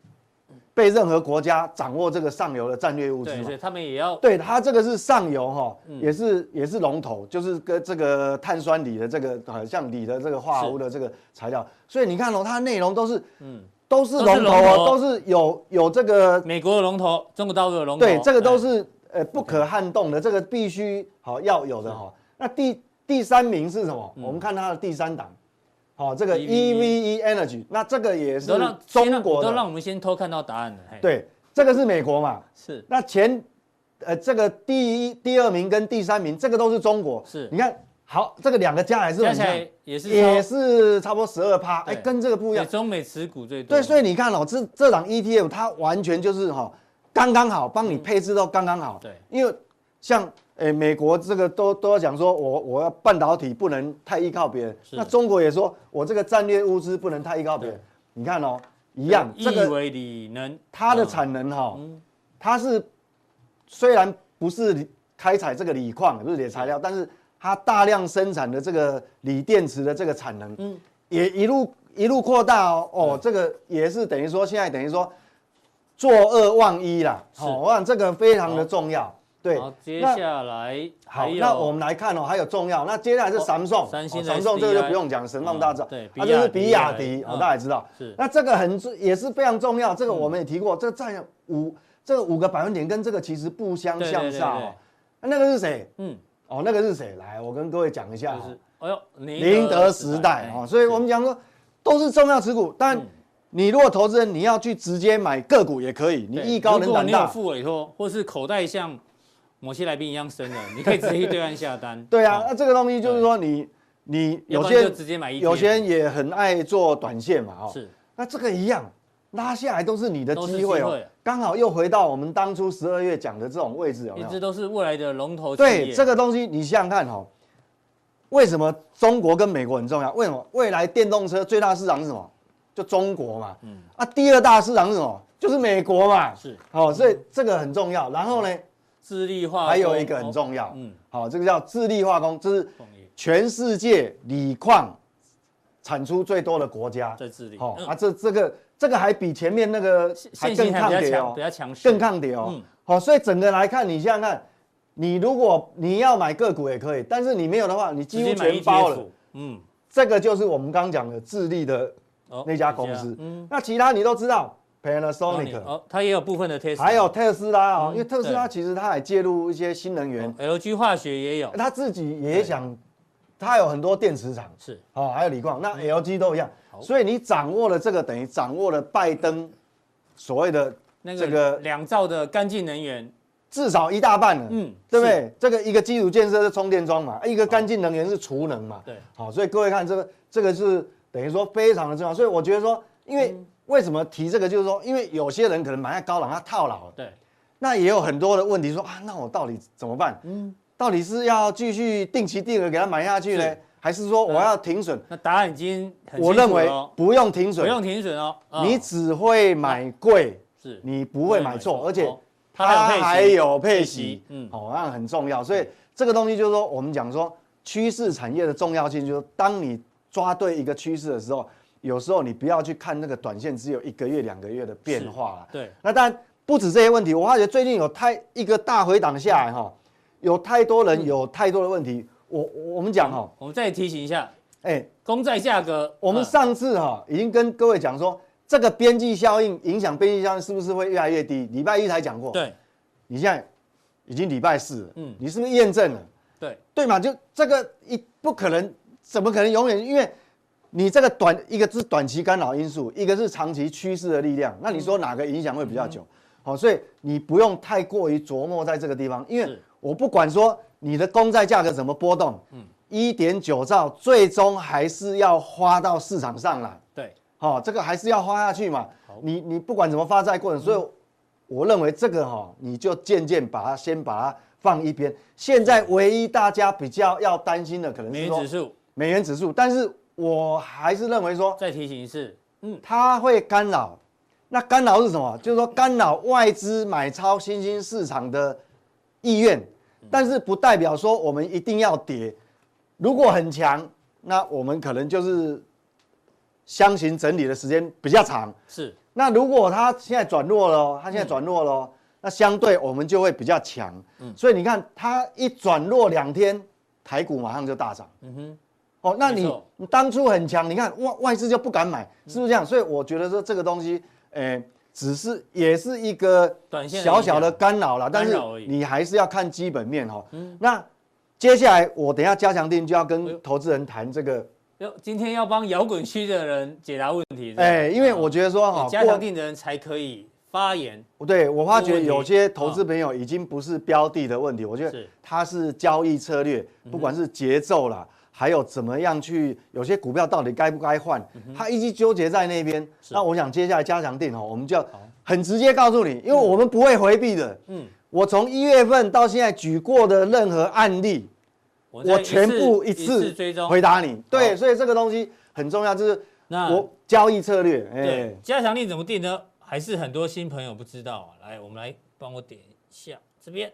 被任何国家掌握这个上游的战略物资
对，嗯
嘛
所以。他们也要
对它这个是上游哈、也是也是龙头，就是跟这个碳酸锂的这个好像锂的这个化合物的这个材料，所以你看哦，它的内容都是嗯都是
都是
龙头
龙
哦，
头
都是有有这个
美国的龙头，中国大陆的龙头，
对，这个都
哎
是呃不可撼动的，这个必须好要有
嗯
的哈。那第第三名是什么？我们看它的第三档，好，这个
EVE
EVE Energy，那这个也
E 你
是
都让
中
你
国
都让
的，
我们先偷看到答案了。嘿，
对，这个是美国嘛？
是
那前呃这个第一、第二名跟第三名，这个都是中国，
是
你看好，这个两个加起来是
加
很
起
像，
来也是
也
超
是差不多十二趴，
对
哎，跟这个不一样
对。中美持股最多。
对，所以你看哦，这这档 ETF 它完全就是哈、刚刚好帮你配置到刚刚好。
对
因为像诶美国这个都都要讲说我我要半导体不能太依靠别人，
是
那中国也说我这个战略物资不能太依靠别人
对。
你看哦，一样，
以
这个
为你能
它的
嗯
产能哈、它是虽然不是开采这个锂矿，不是锂材料，但是它大量生产的这个锂电池的这个产能，嗯，也一路一路扩大哦。
嗯
哦，这个也是等于说现在等于说坐二望一啦。好、我想这个非常的重要。对
好，，接
那
下来
好
还，有
那我们来看哦，还有重要，那接下来是
哦
三送，
三星的
三送这个
SDI
就不用讲，神龙大造
嗯，对
啊，
比
这
亚
是
迪
比亚
来
迪，哦
嗯，
大家也知道，
是
那这个很也是非常重要，这个我们也提过，这个占有五这个五个百分点跟这个其实不相
对对
上
对
下
对
哦。那那个是谁？
嗯，
哦，那个是谁？来，我跟各位讲一下
就
哦，
是哎呦，宁
宁德时代哦
哎嗯
哦，所以我们讲说都是重要持股，但你如果投资人你要去直接买个股也可以，你
对
艺高
如
人
果
胆
你有
大。
付委托，或是口袋像某些来宾一样深的，你可以直接对岸下单。
对啊
哦，
那这个东西就是说你你
要
有
不然
些
就直接买 ETF
有些人也很爱做短线嘛，哦，
是
那这个一样，拉下来都是你的
都是
机会
机
哦
会，
刚好又回到我们当初十二月讲的这种位置，有没
一
有
直？都是未来的龙头企业。
对这个东西，你想想看哦，为什么中国跟美国很重要？为什么未来电动车最大市场是什么？就中国嘛。啊，第二大市场是什么？就是美国嘛。
嗯是
好、所以这个很重要。然后呢，
智力化工，
还有一个很重要，
嗯，
好、这个叫智利化工，这是
创业
全世界锂矿产出最多的国家。
在智力。
好、
嗯
啊，这这个这个还比前面那个还
现
更
行还
抗
比较
跌哦
强，比，较强势，
更抗跌哦。好、
嗯
所以整个来看，你想想看，你如果你要买个股也可以，但是你没有的话，你
直
几乎
接买
全包了
ETF。。嗯，
这个就是我们刚刚讲的智利的
哦
那家公司
这。嗯，
那其他你都知道
哦你
，Panasonic，、
哦，它也有部分的 Tesla，
还有特斯拉哦，
嗯
因为特斯拉其实它也介入一些新能源
哦，LG 化学也有，
它自己也想，它有很多电池厂。
是嗯
哦，还有锂矿，那 LG 都一样，所以你掌握了这个，等于掌握了拜登所谓的
那
这个
个两兆的干净能源，
至少一大半了，
嗯
嗯，对不对？这个一个基础建设是充电桩嘛，一个干净能源是储能嘛，
对，
好，所以各位看这个，这个是等于说非常的重要，所以我觉得说，因为
嗯
为什么提这个，就是说，因为有些人可能买在高档，他套牢了，
对，
那也有很多的问题说啊，那我到底怎么办？嗯，到底是要继续定期定额给他买下去呢
是，
还是说我要停损？
那答案已经很清楚
我认为
了哦
不用停
不
损，
用停损哦，嗯
你只会买贵，
是
你不会买错，而且
哦
它
配息
还有配
配
息
息，嗯
好，那很重要。所以这个东西就是说，我们讲说趋势产业的重要性，就是当你抓对一个趋势的时候，有时候你不要去看那个短线只有一个月、两个月的变化啦。
对，
那当然不止这些问题，我发觉最近有太一个大回档下来哈，有太多人有太多的问题。我我们讲哈，
我们再提醒一下，
哎，
公债价格，
哦我们
嗯
上次哈、已经跟各位讲说，这个边际效应影响边际效应是不是会越来越低？礼拜一才讲过，，
对
你现在已经礼拜四了，
嗯
嗯，你是不是验证了？
对
对嘛？就这个一不可能，怎么可能永远？因为你这个短一个是短期干扰因素，一个是长期趋势的力量。那你说哪个影响会比较久？嗯好、所以你不用太过于琢磨在这个地方，因为
是
我不管说你的公债价格怎么波动，嗯，一点九兆最终还是要花到市场上来。
对，
好、这个还是要花下去嘛。你你不管怎么发债过程，所以
嗯
我认为这个哈、你就渐渐把它先把它放一边。现在唯一大家比较要担心的可能
嗯美
是
元
说
指数
美元指数，但是我还是认为说
再提醒一次，嗯，
它会干扰。那干扰是什么？就是说干扰外资买超新兴市场的意愿，
嗯
但是不代表说我们一定要跌。如果很强，那我们可能就是箱型整理的时间比较长。
是
那如果它现在转弱了哦，它现在转弱了
嗯
哦，那相对我们就会比较强。所以你看它一转弱两天，台股马上就大涨。嗯哼，哦，那
没
你
错嗯
你当初很强，你看外外资就不敢买，是不是这样？所以我觉得说这个东西，诶、只是也是一个
短线的
小小
影
的
响
干扰啦，但是
干扰而已嗯
你还是要看基本面哈、那接下来我等一下加强定就要
哎
跟
呦
投资人谈这个，
要今天要帮摇滚区的人解答问题，
哎、因为我觉得说
有
哈，
啊加
过
强定的人才可以发言，
对我发
多
觉
问题啊
有些投资朋友已经不是标的的问题，我觉得
是嗯
它是交易策略，不管是节奏啦，还有怎么样去，有些股票到底该不该换，
嗯
它一直纠结在那边。那我想接下来加强定哦，我们就要很直接告诉你，因为我们不会回避的。
嗯
嗯，我从一月份到现在举过的任何案例，
我再
我全部
一
一
次
次
追踪。
回答你。
好
对，所以这个东西很重要，就是
那
我交易策略。哎
对，，加强力怎么定呢？还是很多新朋友不知道啊。来，我们来帮我点一下这边。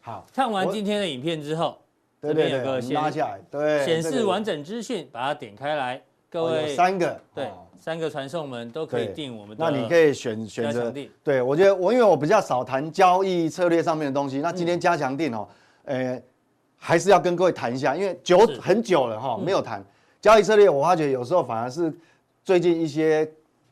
好，
看完
我
今天的影片之后，
对
这
对
边
对，
有
我
个
们
显
拉下来，对，
显
这
示
个
完整资讯，把它点开来。各
哦有
位，
三个
对
哦
三个传送门都可以
对
定我们的。
那你可以选选
加
择
强定。
对我觉得我因为我比较少谈交易策略上面的东西，那
嗯
今天加强定哦，呃，还是要跟各位谈一下，因为久
是嗯
很久了哈没有谈交易策略，我发觉有时候反而是最近一些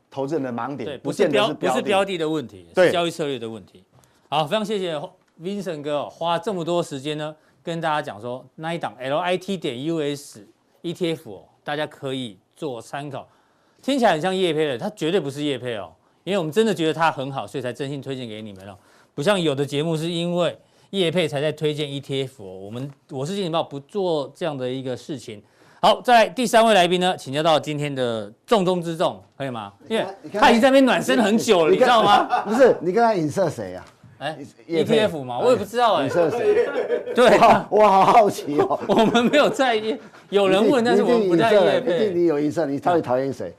投资人的盲
对，
点，
不是
见得
标
是
不
标
是
的
标的的问题，是
对
交易策略的问题。好，非常谢谢 Vincent 哥、哦、花这么多时间呢，跟大家讲说那 E 一档 LIT 点 US ETF 哦，大家可以做参考。听起来很像叶配的，它绝对不是叶配哦，因为我们真的觉得它很好，所以才真心推荐给你们哦。不像有的节目是因为叶配才在推荐 ETF 哦，我们我是金钱豹不做这样的一个事情。好，再来第三位来宾呢，请教到今天的重中之重，可以吗？因为
你看
他已经在那边暖身很久了，你知道吗？
不是，你刚才影射谁啊？
哎
叶配
，ETF 嘛，我也不知道哎
影，射谁？
对，啊
我好好奇哦。
我们没有在意，有哦人问，但是我们不在意叶
毕竟
配，
你有影射，你到底讨厌谁？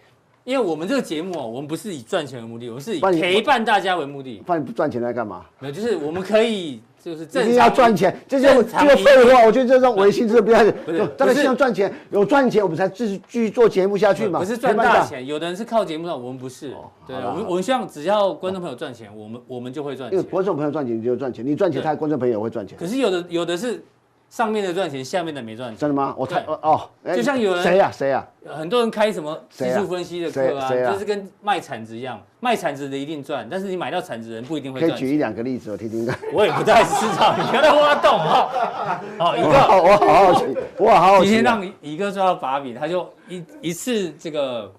因为我们这个节目哦，我们不是以赚钱为目的，我们是以
不然你
陪伴大家为目的。
不然你不赚钱来干嘛？
没有，就是我们可以就是
一
正
定
常
要赚钱，这些
正
这
常
个废话，我觉得这种违心真的不要。
是
就当然希望赚钱，有赚钱我们才继续继续做节目下去嘛。
不是赚
没办
大
法。哦
钱，有的人是靠节目上，我们不是。对，我们
好啦好啦
我们希望只要观众朋友赚钱，我们我们就会赚
因为
钱。
观众朋友赚钱你就赚钱，你赚钱，
对
他的观众朋友也会赚钱
可。是有的有的是上面的赚钱，下面的没赚钱。
真的吗？我太
对
哦，哎
就像有人
谁呀谁啊呀，
很多人开什么技
谁啊
术分析的课啊，
谁谁啊
就是跟卖铲子一样，卖铲子的一定赚，但是你买到铲子的人不一定会
可以
赚
举
钱。啊
一两个例子我听听看。
我也不太知道，你不要再挖洞啊！好，一
我
个
好 我好好奇，我好好奇啊。
今天让一个抓到把柄，他就一一次这个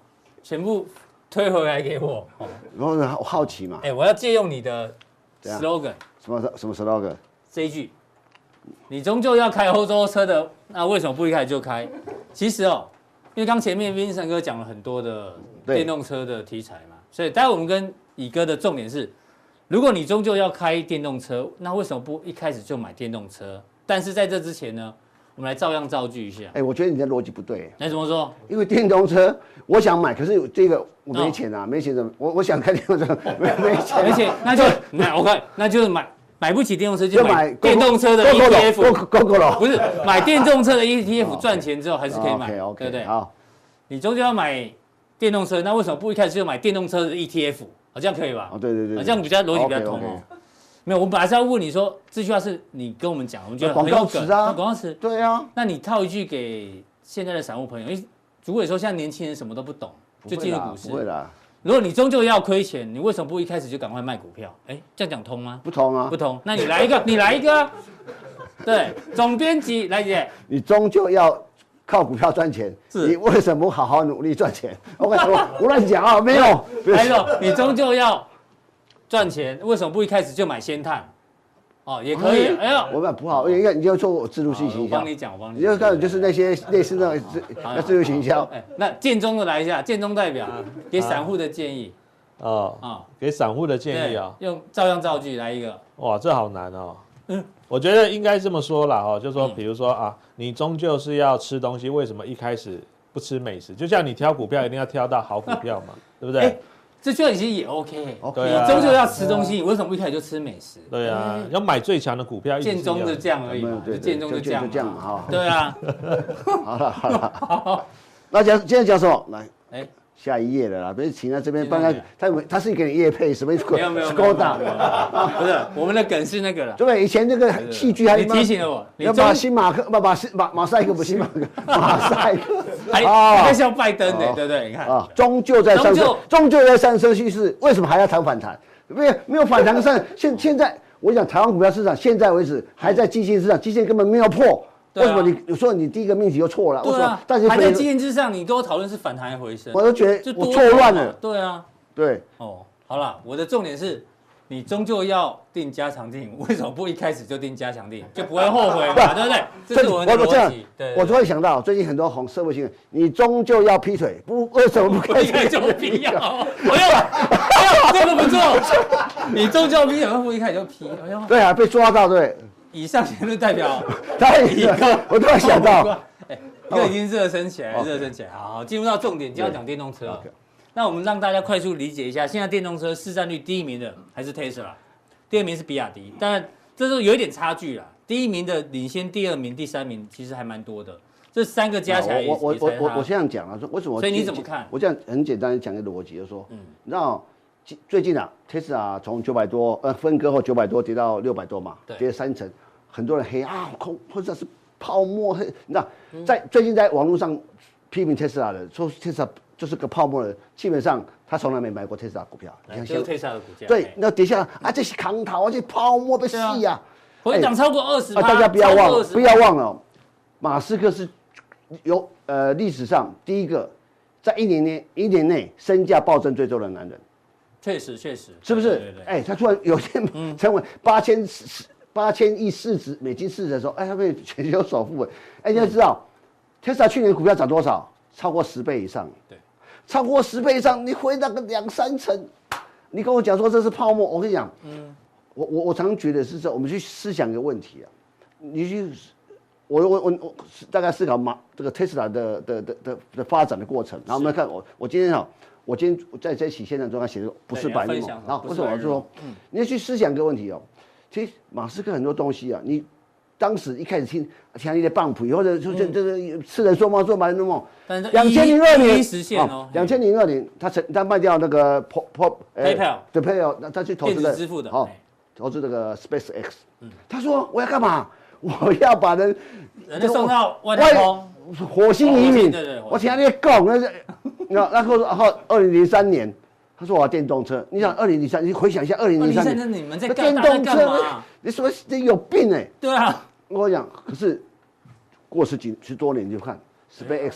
全部推回来给我。哦
然后呢，我好奇嘛
哎、，我要借用你的
怎样
slogan
什么什么 slogan？
这一句，你终究要开欧洲车的，那为什么不一开始就开？其实哦，因为刚前面 Vincent 哥讲了很多的
对
电动车的题材嘛，所以待会我们跟乙哥的重点是，如果你终究要开电动车，那为什么不一开始就买电动车？但是在这之前呢，我们来照样造句一下。
哎，我觉得你的逻辑不对，
那怎么说？
因为电动车我想买，可是有这个我没钱啊，没钱怎么？我我想开 电动车，没没钱啊，
哦而且那就买 OK，那就是买买不起电动车就买电动车的 E
GoGo
ETF，
了，GoGo 了，
不是买电动车的 ETF
哦
赚钱之后还是可以买，
OK
对不
OK，
对？
哦好，
你终究要买电动车，那为什么不一开始就买电动车的 ETF？好，这样可以吧
哦？对对对，
好，这样比较逻辑比较
OK，OK
通哦。没有，我们本来是要问你说这句话是你跟我们讲，我们觉得
广
很有
告
梗
词啊
广告词。
对啊，
那你套一句给现在的散户朋友，因为主委说现在年轻人什么都不懂，就进入股市
不。会啦，
如果你终究要亏钱，你为什么不一开始就赶快卖股票？哎，这样讲通 吗？
不同啊
不，通，那你来一个，你来一个啊。对，总编辑来姐，
你终究要靠股票赚钱，
是
你为什么不好好努力赚钱？OK，我我乱 讲啊，没有，
还有哎你终究要赚钱，为什么不一开始就买先探？哦，也可以。哎呦，
我们不好，因为你就做我自助性
好我
行销
帮，你讲，我帮你
你
讲。
就看就是那些类似那种自那自助行 销，
哎，那建中的来一下，建中代
啊
表给散户的建议
哦，
啊，
给散户的建
对
议啊，，
用照样造句来一个，
哇，这好难哦。我觉得应该这么说啦，哦，就说
嗯
比如说啊，你终究是要吃东西，为什么一开始不吃美食？就像你挑股票，一定要挑到好股票 嘛，对不对
哎？这句话其实也 OK。
OK
对啊
你终究要吃东西，你为什么不一开始就吃美食？
对啊，要买最强的股票，一直
嗯
是
建
一样
中的这样而已嘛，
对
就
对
建中
就
就这样嘛，
就就这样嘛哈
对啊，
好了好了，那讲今天讲什么来？
哎，
下一页的啦，不是请到这边
进到
帮他
哪，
他他是给你业配什么？
没有没有没有，没有没有不是我们的梗是那个了。
对不对？以前这个戏剧还
你提醒了我，你
要
终
把
于
新马克不马斯马马赛克不是新马 克马赛克
还
啊
你看像拜登呢，
哦
对不对？你看，
啊，终究在上升，终究在上升趋势，为什么还要谈反弹？没有没有反弹上， 现现在我讲台湾股票市场现在为止还在基线市场，基线根本没有破。
对
为
啊
什么你你说你第一个命题就错了？为
对
什么
啊？，
但是
还在经验之上，你跟我讨论是反弹还是回升，
我都觉
就
得
多
我错乱
嘛
了。
对啊，
对，
哦，好啦，我的重点是，你终究要定加强定，为什么不一开始就定加强定，就不会后悔嘛，
不
对不对？这是我的
我这
逻
样
辑。对，，
我
对
突然想到最近很多红社会新闻，你终究要劈腿，不为什么不 可
我
以
一？哎开始就批 呀，我要，这个不错，你终究批，然后一开始就批，哎呦，
对啊，被抓到对，
以上言论代表
他
一
也
个，
我突然想到，
哎， 一个已经热身起来，热身起来。好，好进入到重点，今天要讲电动车了。那我们让大家快速理解一下，现在电动车市占率第一名的还是 Tesla，第二名是比亚迪，当然这是有一点差距啦。第一名的领先第二名、第三名，其实还蛮多的。这三个加起来也，
啊我我
也
我
才
我我
差
这样讲啊，说为什么？
所以你怎么看
我这样很简单地讲一个逻辑，就是说，嗯，那最近啊，Tesla 从九百多呃分割后九百多跌到六百多嘛
对，
跌三成，很多人黑啊，空或者是泡沫，黑，你知道，
嗯
在最近在网络上批评 Tesla 的，说 Tesla 就是个泡沫的人，基本上他从来没买过 Tesla 股票，你
来
看
哎就是
现在
Tesla 的股价。
对
哎，
那跌下来啊，这是扛头啊，这泡沫被吸
对
呀、啊。
回档超过二十，
啊，大家不要忘
超过
了，
20%
不要忘了，马斯克是有呃历史上第一个在一年内一年内身价暴增最多的男人，
确实确实，
是不是？哎
对对对，嗯
他突然有一天成为八千十八千亿市值美金市值的时候，哎，他被全球首富。哎，你要知道、t e s l a 去年股票涨多少？超过十倍以上。
对，
超过十倍以上，你回那个两三成，你跟我讲说这是泡沫，我跟你讲，我我我常觉得是这，我们去思想一个问题啊，你去，我我我我大概思考马这个 Tesla 的的的的的发展的过程，然后我们来看我我今天啊，我今天在这起现场中要写的不是
对
白日
你要分
梦
享，
然后
不
不
是
是
白嗯
我
日
是说
梦，
你要去思想一个问题哦，其实马斯克很多东西啊，你。当时一开始听听你的棒谱，或者就
嗯
这这个痴人说梦做白日梦，
但是
两千零二
一一
年
实现哦，
两千零二年他成他卖掉那个 p o p 呃
PayPal
对 PayPal，那他去投资
电
的
子支付的嗯
哦
哎，
投资这个 SpaceX，他说我要干嘛？ 我要把人
人家送到外太
外
空，
火星移
火星
民
对对火星，
我请他讲，那 是那那后然后二零零三年，他说我要电动车，你想二零零三，你回想一下二零零
那
三
现在
年，
你们在
那
干
电
大
动
家干
车
嘛？，
你什么你有病哎、
对啊，
我跟你讲，可是过十几十多年你就看
啊
SpaceX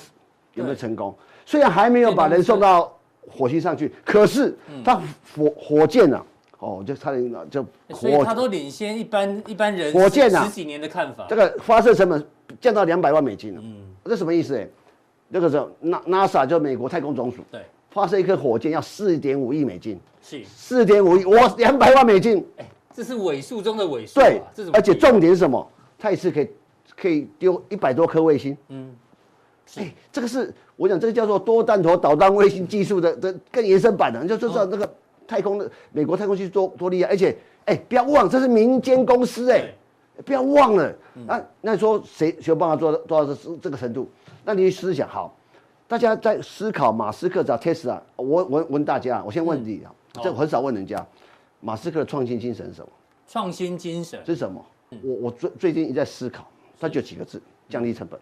有没有成功？虽然还没有把人送到火星上去，可是
嗯
它火火箭啊，哦，就差点就
所以
火
他都领先一般一般人
火箭啊
十几年的看法
这，个发射成本降到两百万美金了。
嗯
这什么意思、哎，那个时候 Na- NASA 就美国太空总署
对，
发射一颗火箭要四点五亿美金，
是，
四点五亿，我两百万美金，
哎，这是尾数中的尾数啊，
对
这怎，么
而且
比啊
重点是什么？它一次可以可以丢一百多颗卫星。
嗯，
哎、这个是我讲，这个叫做多弹头导弹卫星技术的的更延伸版的、你啊就就知道那个太空的美国太空技术多多厉害，而且哎、不要忘，这是民间公司哎、不要忘了，那那你说谁谁有办法做到做到这这个程度？那你去思想好，大家在思考马斯克找 Tesla，我我问大家，我先问你啊，这我很少问人家，马斯克的创新精神是什么？
创新精神
这是什么？我我最最近一直在思考，他就几个字：降低成本。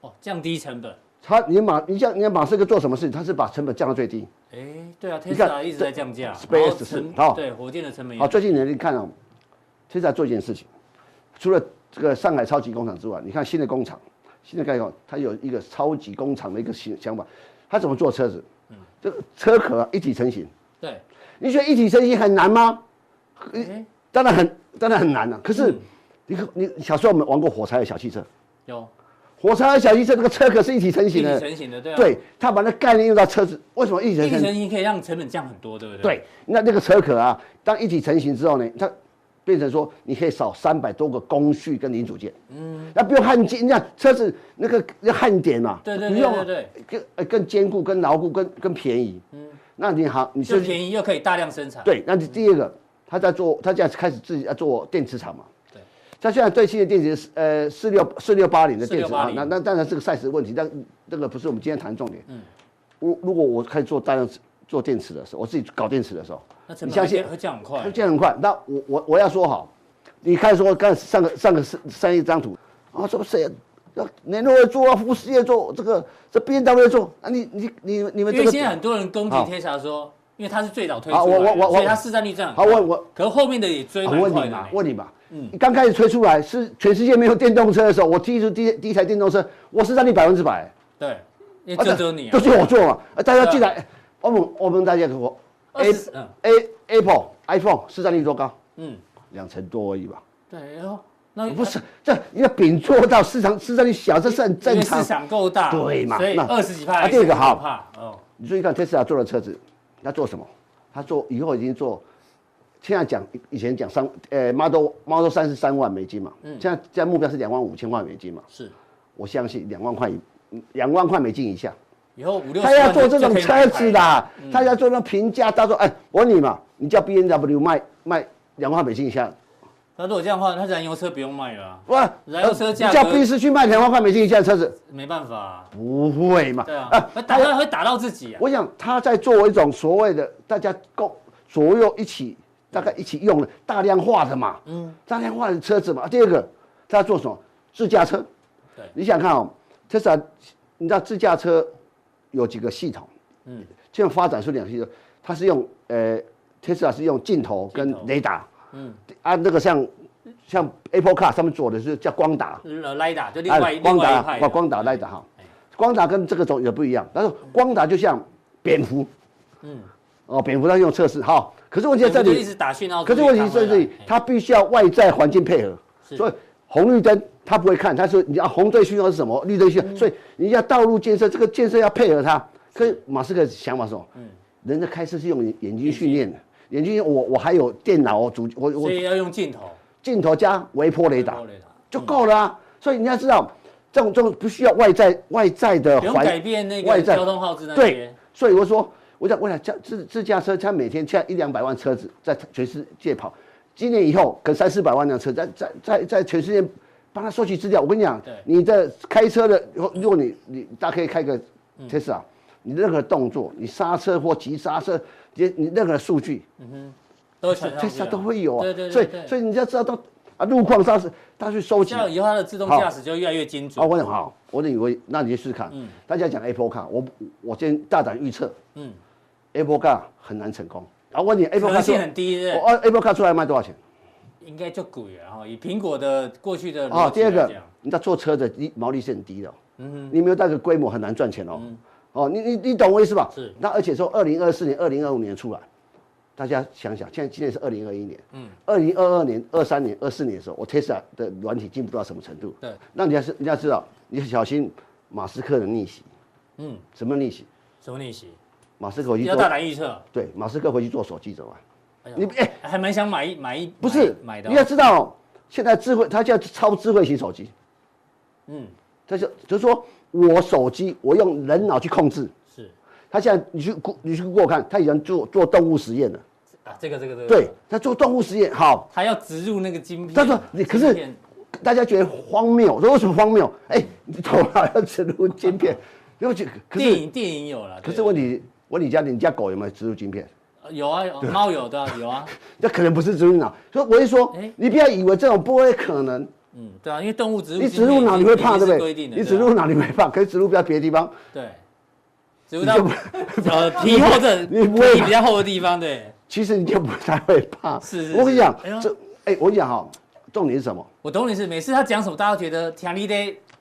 哦，降低成本，
他你马你像你看马斯克做什么事情，他是把成本降到最低。
哎，对啊
你看
，Tesla 一直在降价，
这
然后
Space
成
是好
对火箭的成本也
好，最近你看啊，Tesla 做一件事情，除了这个上海超级工厂之外，你看新的工厂，新的概念，它有一个超级工厂的一个想想法，它怎么做车子？这个车壳啊一体成型，
对，
你觉得一体成型很难吗？
哎，
当然很，当然很难了、啊可是，你可你小时候我们玩过火柴的小汽车，
有
火柴的小汽车这个车壳是一体成
一体
型的，
成型的，对啊，
对，他把那概念用到车子，为什么一
一
体
体
成型
成？型可以让成本降很多，对不对？
对，那那个车壳啊，当一体成型之后呢，它变成说你可以少三百多个工序跟零组件，嗯，那不用焊接，你看车子那个那焊点嘛，
对对
不
对
用
对
啊
对，
更呃更坚固、更牢固、更更便宜，嗯，那你好，你
又
是
便宜又可以大量生产，
对，那是第二个，他在做，他现在开始自己在做电池厂嘛，
对，
他现在最新的电池是呃四六四六八零的电池啊
4680，
那那当然是个 size 的问题，但这个不是我们今天谈的重点，嗯，如如果我开始做大量做电池的时候，我自己搞电池的时候
那，成
你
本
相
会
信
降会降很快
它，建很快。那我我我要说好，你看说刚才上个上个三上一张图啊，说谁要联络会做啊，富士也做这个，这 B N W 做啊，你你你你们
因
这
为现在
个
很多人攻击
好
Tesla 说，因为它是最早推
好
出
我
来的，
我我
所以
我
它市占率这样。
好我我
可是后面的也追
啊
蛮
问
快
你
的
嘛
呢。，
问你嘛，嗯，刚开始推出来是全世界没有电动车的时候，我提出第一第一台电动车，我是占你百分之百，
对，因
啊
为就只有你
都
啊，
是我做嘛，啊大家进
对
来，我们我们大家给我
二
A
十嗯
A Apple iPhone 市占率多高？
嗯，
两成多而已吧。
对，然后那
不是，这你要饼做到市场市占率小，这是很
呃因
正
为
常
市。场够大，
对嘛
所以
那
二十几帕
啊
还是
第二个
很
好
可怕哦，
你注意看 Tesla 做的车子，它做什么？它做以后已经做，现在讲以前讲三呃 Model Model 三是三万美金嘛，
嗯
现在现在目标是两万五千万美金嘛，
是
我相信两万块以嗯两万块美金以下，
以后五六十
他
万
要做
就
这种
就可以买嗯
车
一台
子啦，他要做那种平价大众。哎，我问你嘛，你叫 B N W 卖卖两万块美金以下，
那如果这样的话，那燃油车不用卖了啊，
哇，
燃油车
呃你
价格
叫 B 四去卖两万块美金以下的车子，
没办法啊，
不会嘛？
对啊
啊，
会打到会打到自己啊，
我想他在作为一种所谓的大家共左右一起大概一起用的大量化的嘛，嗯，大量化的车子嘛。第二个，他做什么？自驾车。
对
你想看哦，Tesla，你知道自驾车有几个系统？嗯，这样发展出两个系统，它是用呃，Tesla 是用镜头跟
镜头
雷达，嗯，啊，那个像像 Apple Car 上面做的是叫光达，
呃，Lida 就另
啊
外另
光
外
达
一派的，哎
光光达来的哈，光达跟这个种也不一样，但是光达就像蝙蝠，嗯，哦，蝙蝠它用测试好，可是问题在这
就一
里，
直打讯号出
可
去
是
看回
问
来，
题在这里
嘿，
它必须要外在环境配合，
啊哎是
所以红绿灯它不会看，它说你要红灯讯号是什么，绿灯
嗯
讯号，所以人家道路建设这个建设要配合它。可是马斯克想法是什么？
嗯
人的开车是用眼睛训练的，眼睛我我还有电脑主我我
所以要用镜头，
镜头加微波雷达
微波雷达
就够了啊。所以你要知道，这种这种不需要外在外在的
不用
环
改变那
外
个
在
交通号志那
对
些，，
所以我说，我想，我想驾自自驾车，它每天现在一两百万车子在全世界跑，今年以后可能三四百万辆车在在在在全世界帮他收集资料。我跟你讲
对，
你的开车的，如如果你你大家可以开个
嗯
Tesla，、你任何动作，你刹车或急刹车，你你任何数据，
都会传上去了
Tesla 都会有啊。
对对对，
所以
对
所以你要知道到啊路况刹车，他去收集
这。样以后它的自动驾驶就越来越精
啊，
准。
我很好，我以为那你就试试看。大家讲 Apple Car，我我先大胆预测，
嗯
a p p l e Car 很难成功。啊，问你 Apple
可能
Car 出
性很低，对不
我
对
啊 Apple Car 出来卖多少钱？
应该就贵了哈。以苹果的过去的
啊，
逻辑
第二
来讲
个，你知道坐车的利毛利是很低的哦，
嗯
你没有那个规模很难赚钱哦。哦，你你你懂我意思吧？
是
那而且说二零二四年、二零二五年出来，大家想想，现在今年是二零二一年，嗯，二零二二年、二三年、二四年的时候，我 Tesla 的软体进步到什么程度？
对，
那你要是你要知道，你要小心马斯克的逆袭。
嗯，
什么逆袭？
什么逆袭？
马斯克回去
要大
做
胆预测，
对，马斯克回去做手机怎么办？
哎呦
你哎、
还蛮想买一买一
不是
买买的
你要
哦，
知道哦，现在智慧，它叫超智慧型手机，
嗯，
它就就是说我手机我用人脑去控制，
是
它现在你去 Go- 你去给我看，它已经做做动物实验了，
啊，这个这个这个，
对，，它做动物实验，好，
它要植入那个晶片。
但是你可是
晶片
大家觉得荒谬，我说为什么荒谬？哎、你头脑要植入 晶片，因为可
电
是
影电影有了，
可是
对
问题，问你家你家狗有没有植入晶片？
呃有啊，有猫有的啊有啊，
那可能不是植入脑，所以我就说
哎，
你不要以为这种不会可能，
嗯，对啊，因为动物植入
你
晶
植
片
入脑你会怕，
已经
对
是
不
规
对？
定的
你
对
植
啊
入脑你会怕，可是植入不到别的地方，
对，植入
你
到
就不
呃皮或者
你不会
皮比较厚的地方，对
其实你就不太会怕。
是是
我跟你
是哎呀
讲，这哎，我跟你讲哈，重点是什么？
我懂你是每次他讲什么，大家觉得强力的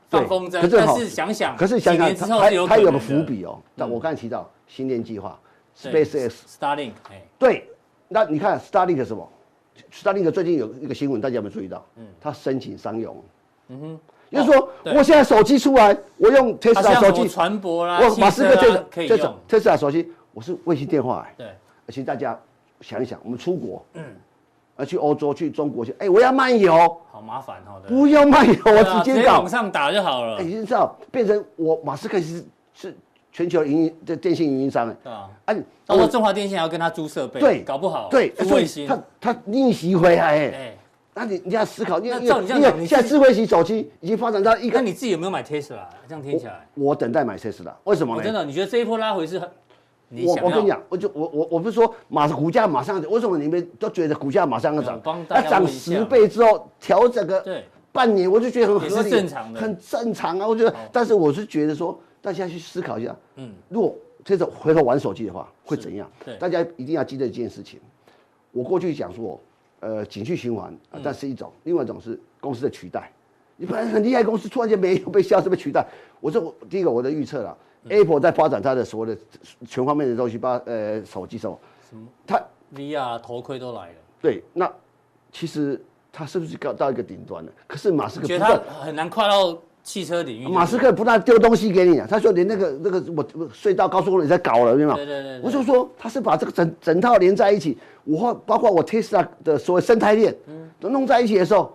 放风筝
可，是
但
哈
是想想，
可是想
几
想，
年之后
它
是有
它
可
有
能
个
的嗯
伏笔哦。但我刚才提到星链计划
对
，SpaceX，
，Starlink，哎，
对，那你看 Starlink 是什么？Starlink 最近有一个新闻，大家有没有注意到？
嗯
它申请商用。嗯哼，就是说
哦对
我现在手机出来，我用
它像
Tesla 手
什么
机，
船舶啦，
我
汽
马斯
啊车
克
啦可以
这
用
种，Tesla 手机，我是卫星电话哎。
对，
而且大家想一想，我们出国，嗯，啊去欧洲、去中国去，哎、我要漫游，
好麻烦哈，对
不要漫游，
嗯对
我
啊
直接搞
往，上打就好了
哎、，你知道变成我马斯克是是全球营运的电信运营商哎、
对吧？
哎、啊，
包括中华电信还要跟他租设备，
对
搞不好
对，
租
所
卫
以
星，
他他逆袭回来哎、
哎，
那你你要思考，你
那
你
哎照你这样讲你
你现在智慧型手机已经发展到一
那
个，
你自己有没有买 Tesla？这样听起来，
我等待买 Tesla，为什么
我
呢？
真的，你觉得这一波拉回是很，你
我
想
我跟你
要
讲，我就我我我不是说马上股价马上涨，为什么你们都觉得股价马上要
没
涨
有嗯帮？大
它
家
涨
问一下
十倍之后调整个
对
半年，我就觉得很合理，
也是正常的
很正常啊。我
哦
觉得，但是我是觉得说，大家去思考一下，嗯，如果这种回头玩手机的话，会怎样
对？
大家一定要记得一件事情，我过去讲说，呃，景气循环，
嗯
啊但是一种，另外一种是公司的取代。你本来很厉害的公司，突然间没有被消失被取代。我说我第一个我的预测啦、a
嗯
p p l e 在发展它的所谓的全方面的东西，包括呃手机什么，它
VR 啊头盔都来了，
对那其实它是不是搞到一个顶端了？可是马斯克
你觉
不
得他
断
很难跨到汽车领域。
马斯克不但丢东西给你啊，他说连那个那个我我隧道高速公路也在搞了，对吗？
对对对对
我就说他是把这个整整套连在一起，我包括我 Tesla 的所有生态链，
嗯
都弄在一起的时候，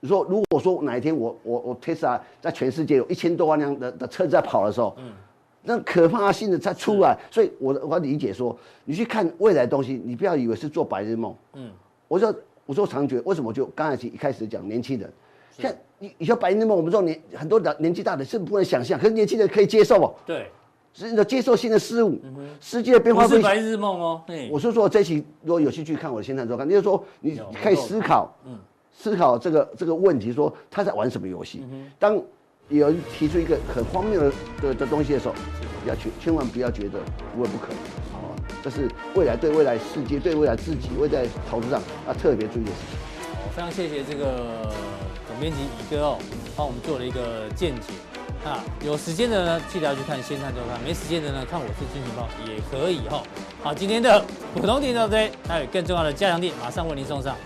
你说如果说哪一天我我我 Tesla 在全世界有一千多万辆的的车子在跑的时候，
嗯
那可怕性的才出来。所以我的我理解说，你去看未来的东西，你不要以为是做白日梦。嗯，我说我说常觉得为什么就刚才一开始讲年轻人，像你以后白日梦，我们这种年很多的年纪大的是不能想象，可是年轻人可以接受哦，
对，
是你的接受新的事物，世界的变
嗯
化
不
会
是。白日梦哦。嘿
我是说，这一期如果有兴趣看我的现场周刊，你就说你
有嗯
可以思考，思考这个这个问题，说他在玩什么游戏。
嗯
当有人提出一个很荒谬的的的东西的时候，要去千万不要觉得无为不可能，好
啊
吧？这是未来对未来世界、对未来自己、未来投资上要特别注意的事情。
好非常谢谢这个总编辑乙哥哦，帮我们做了一个见解。啊，有时间的呢，记得要去看线上周刊；没时间的呢，看我是金钱豹也可以哈。好，今天的普通点到这里，还有更重要的加强地，马上为您送上。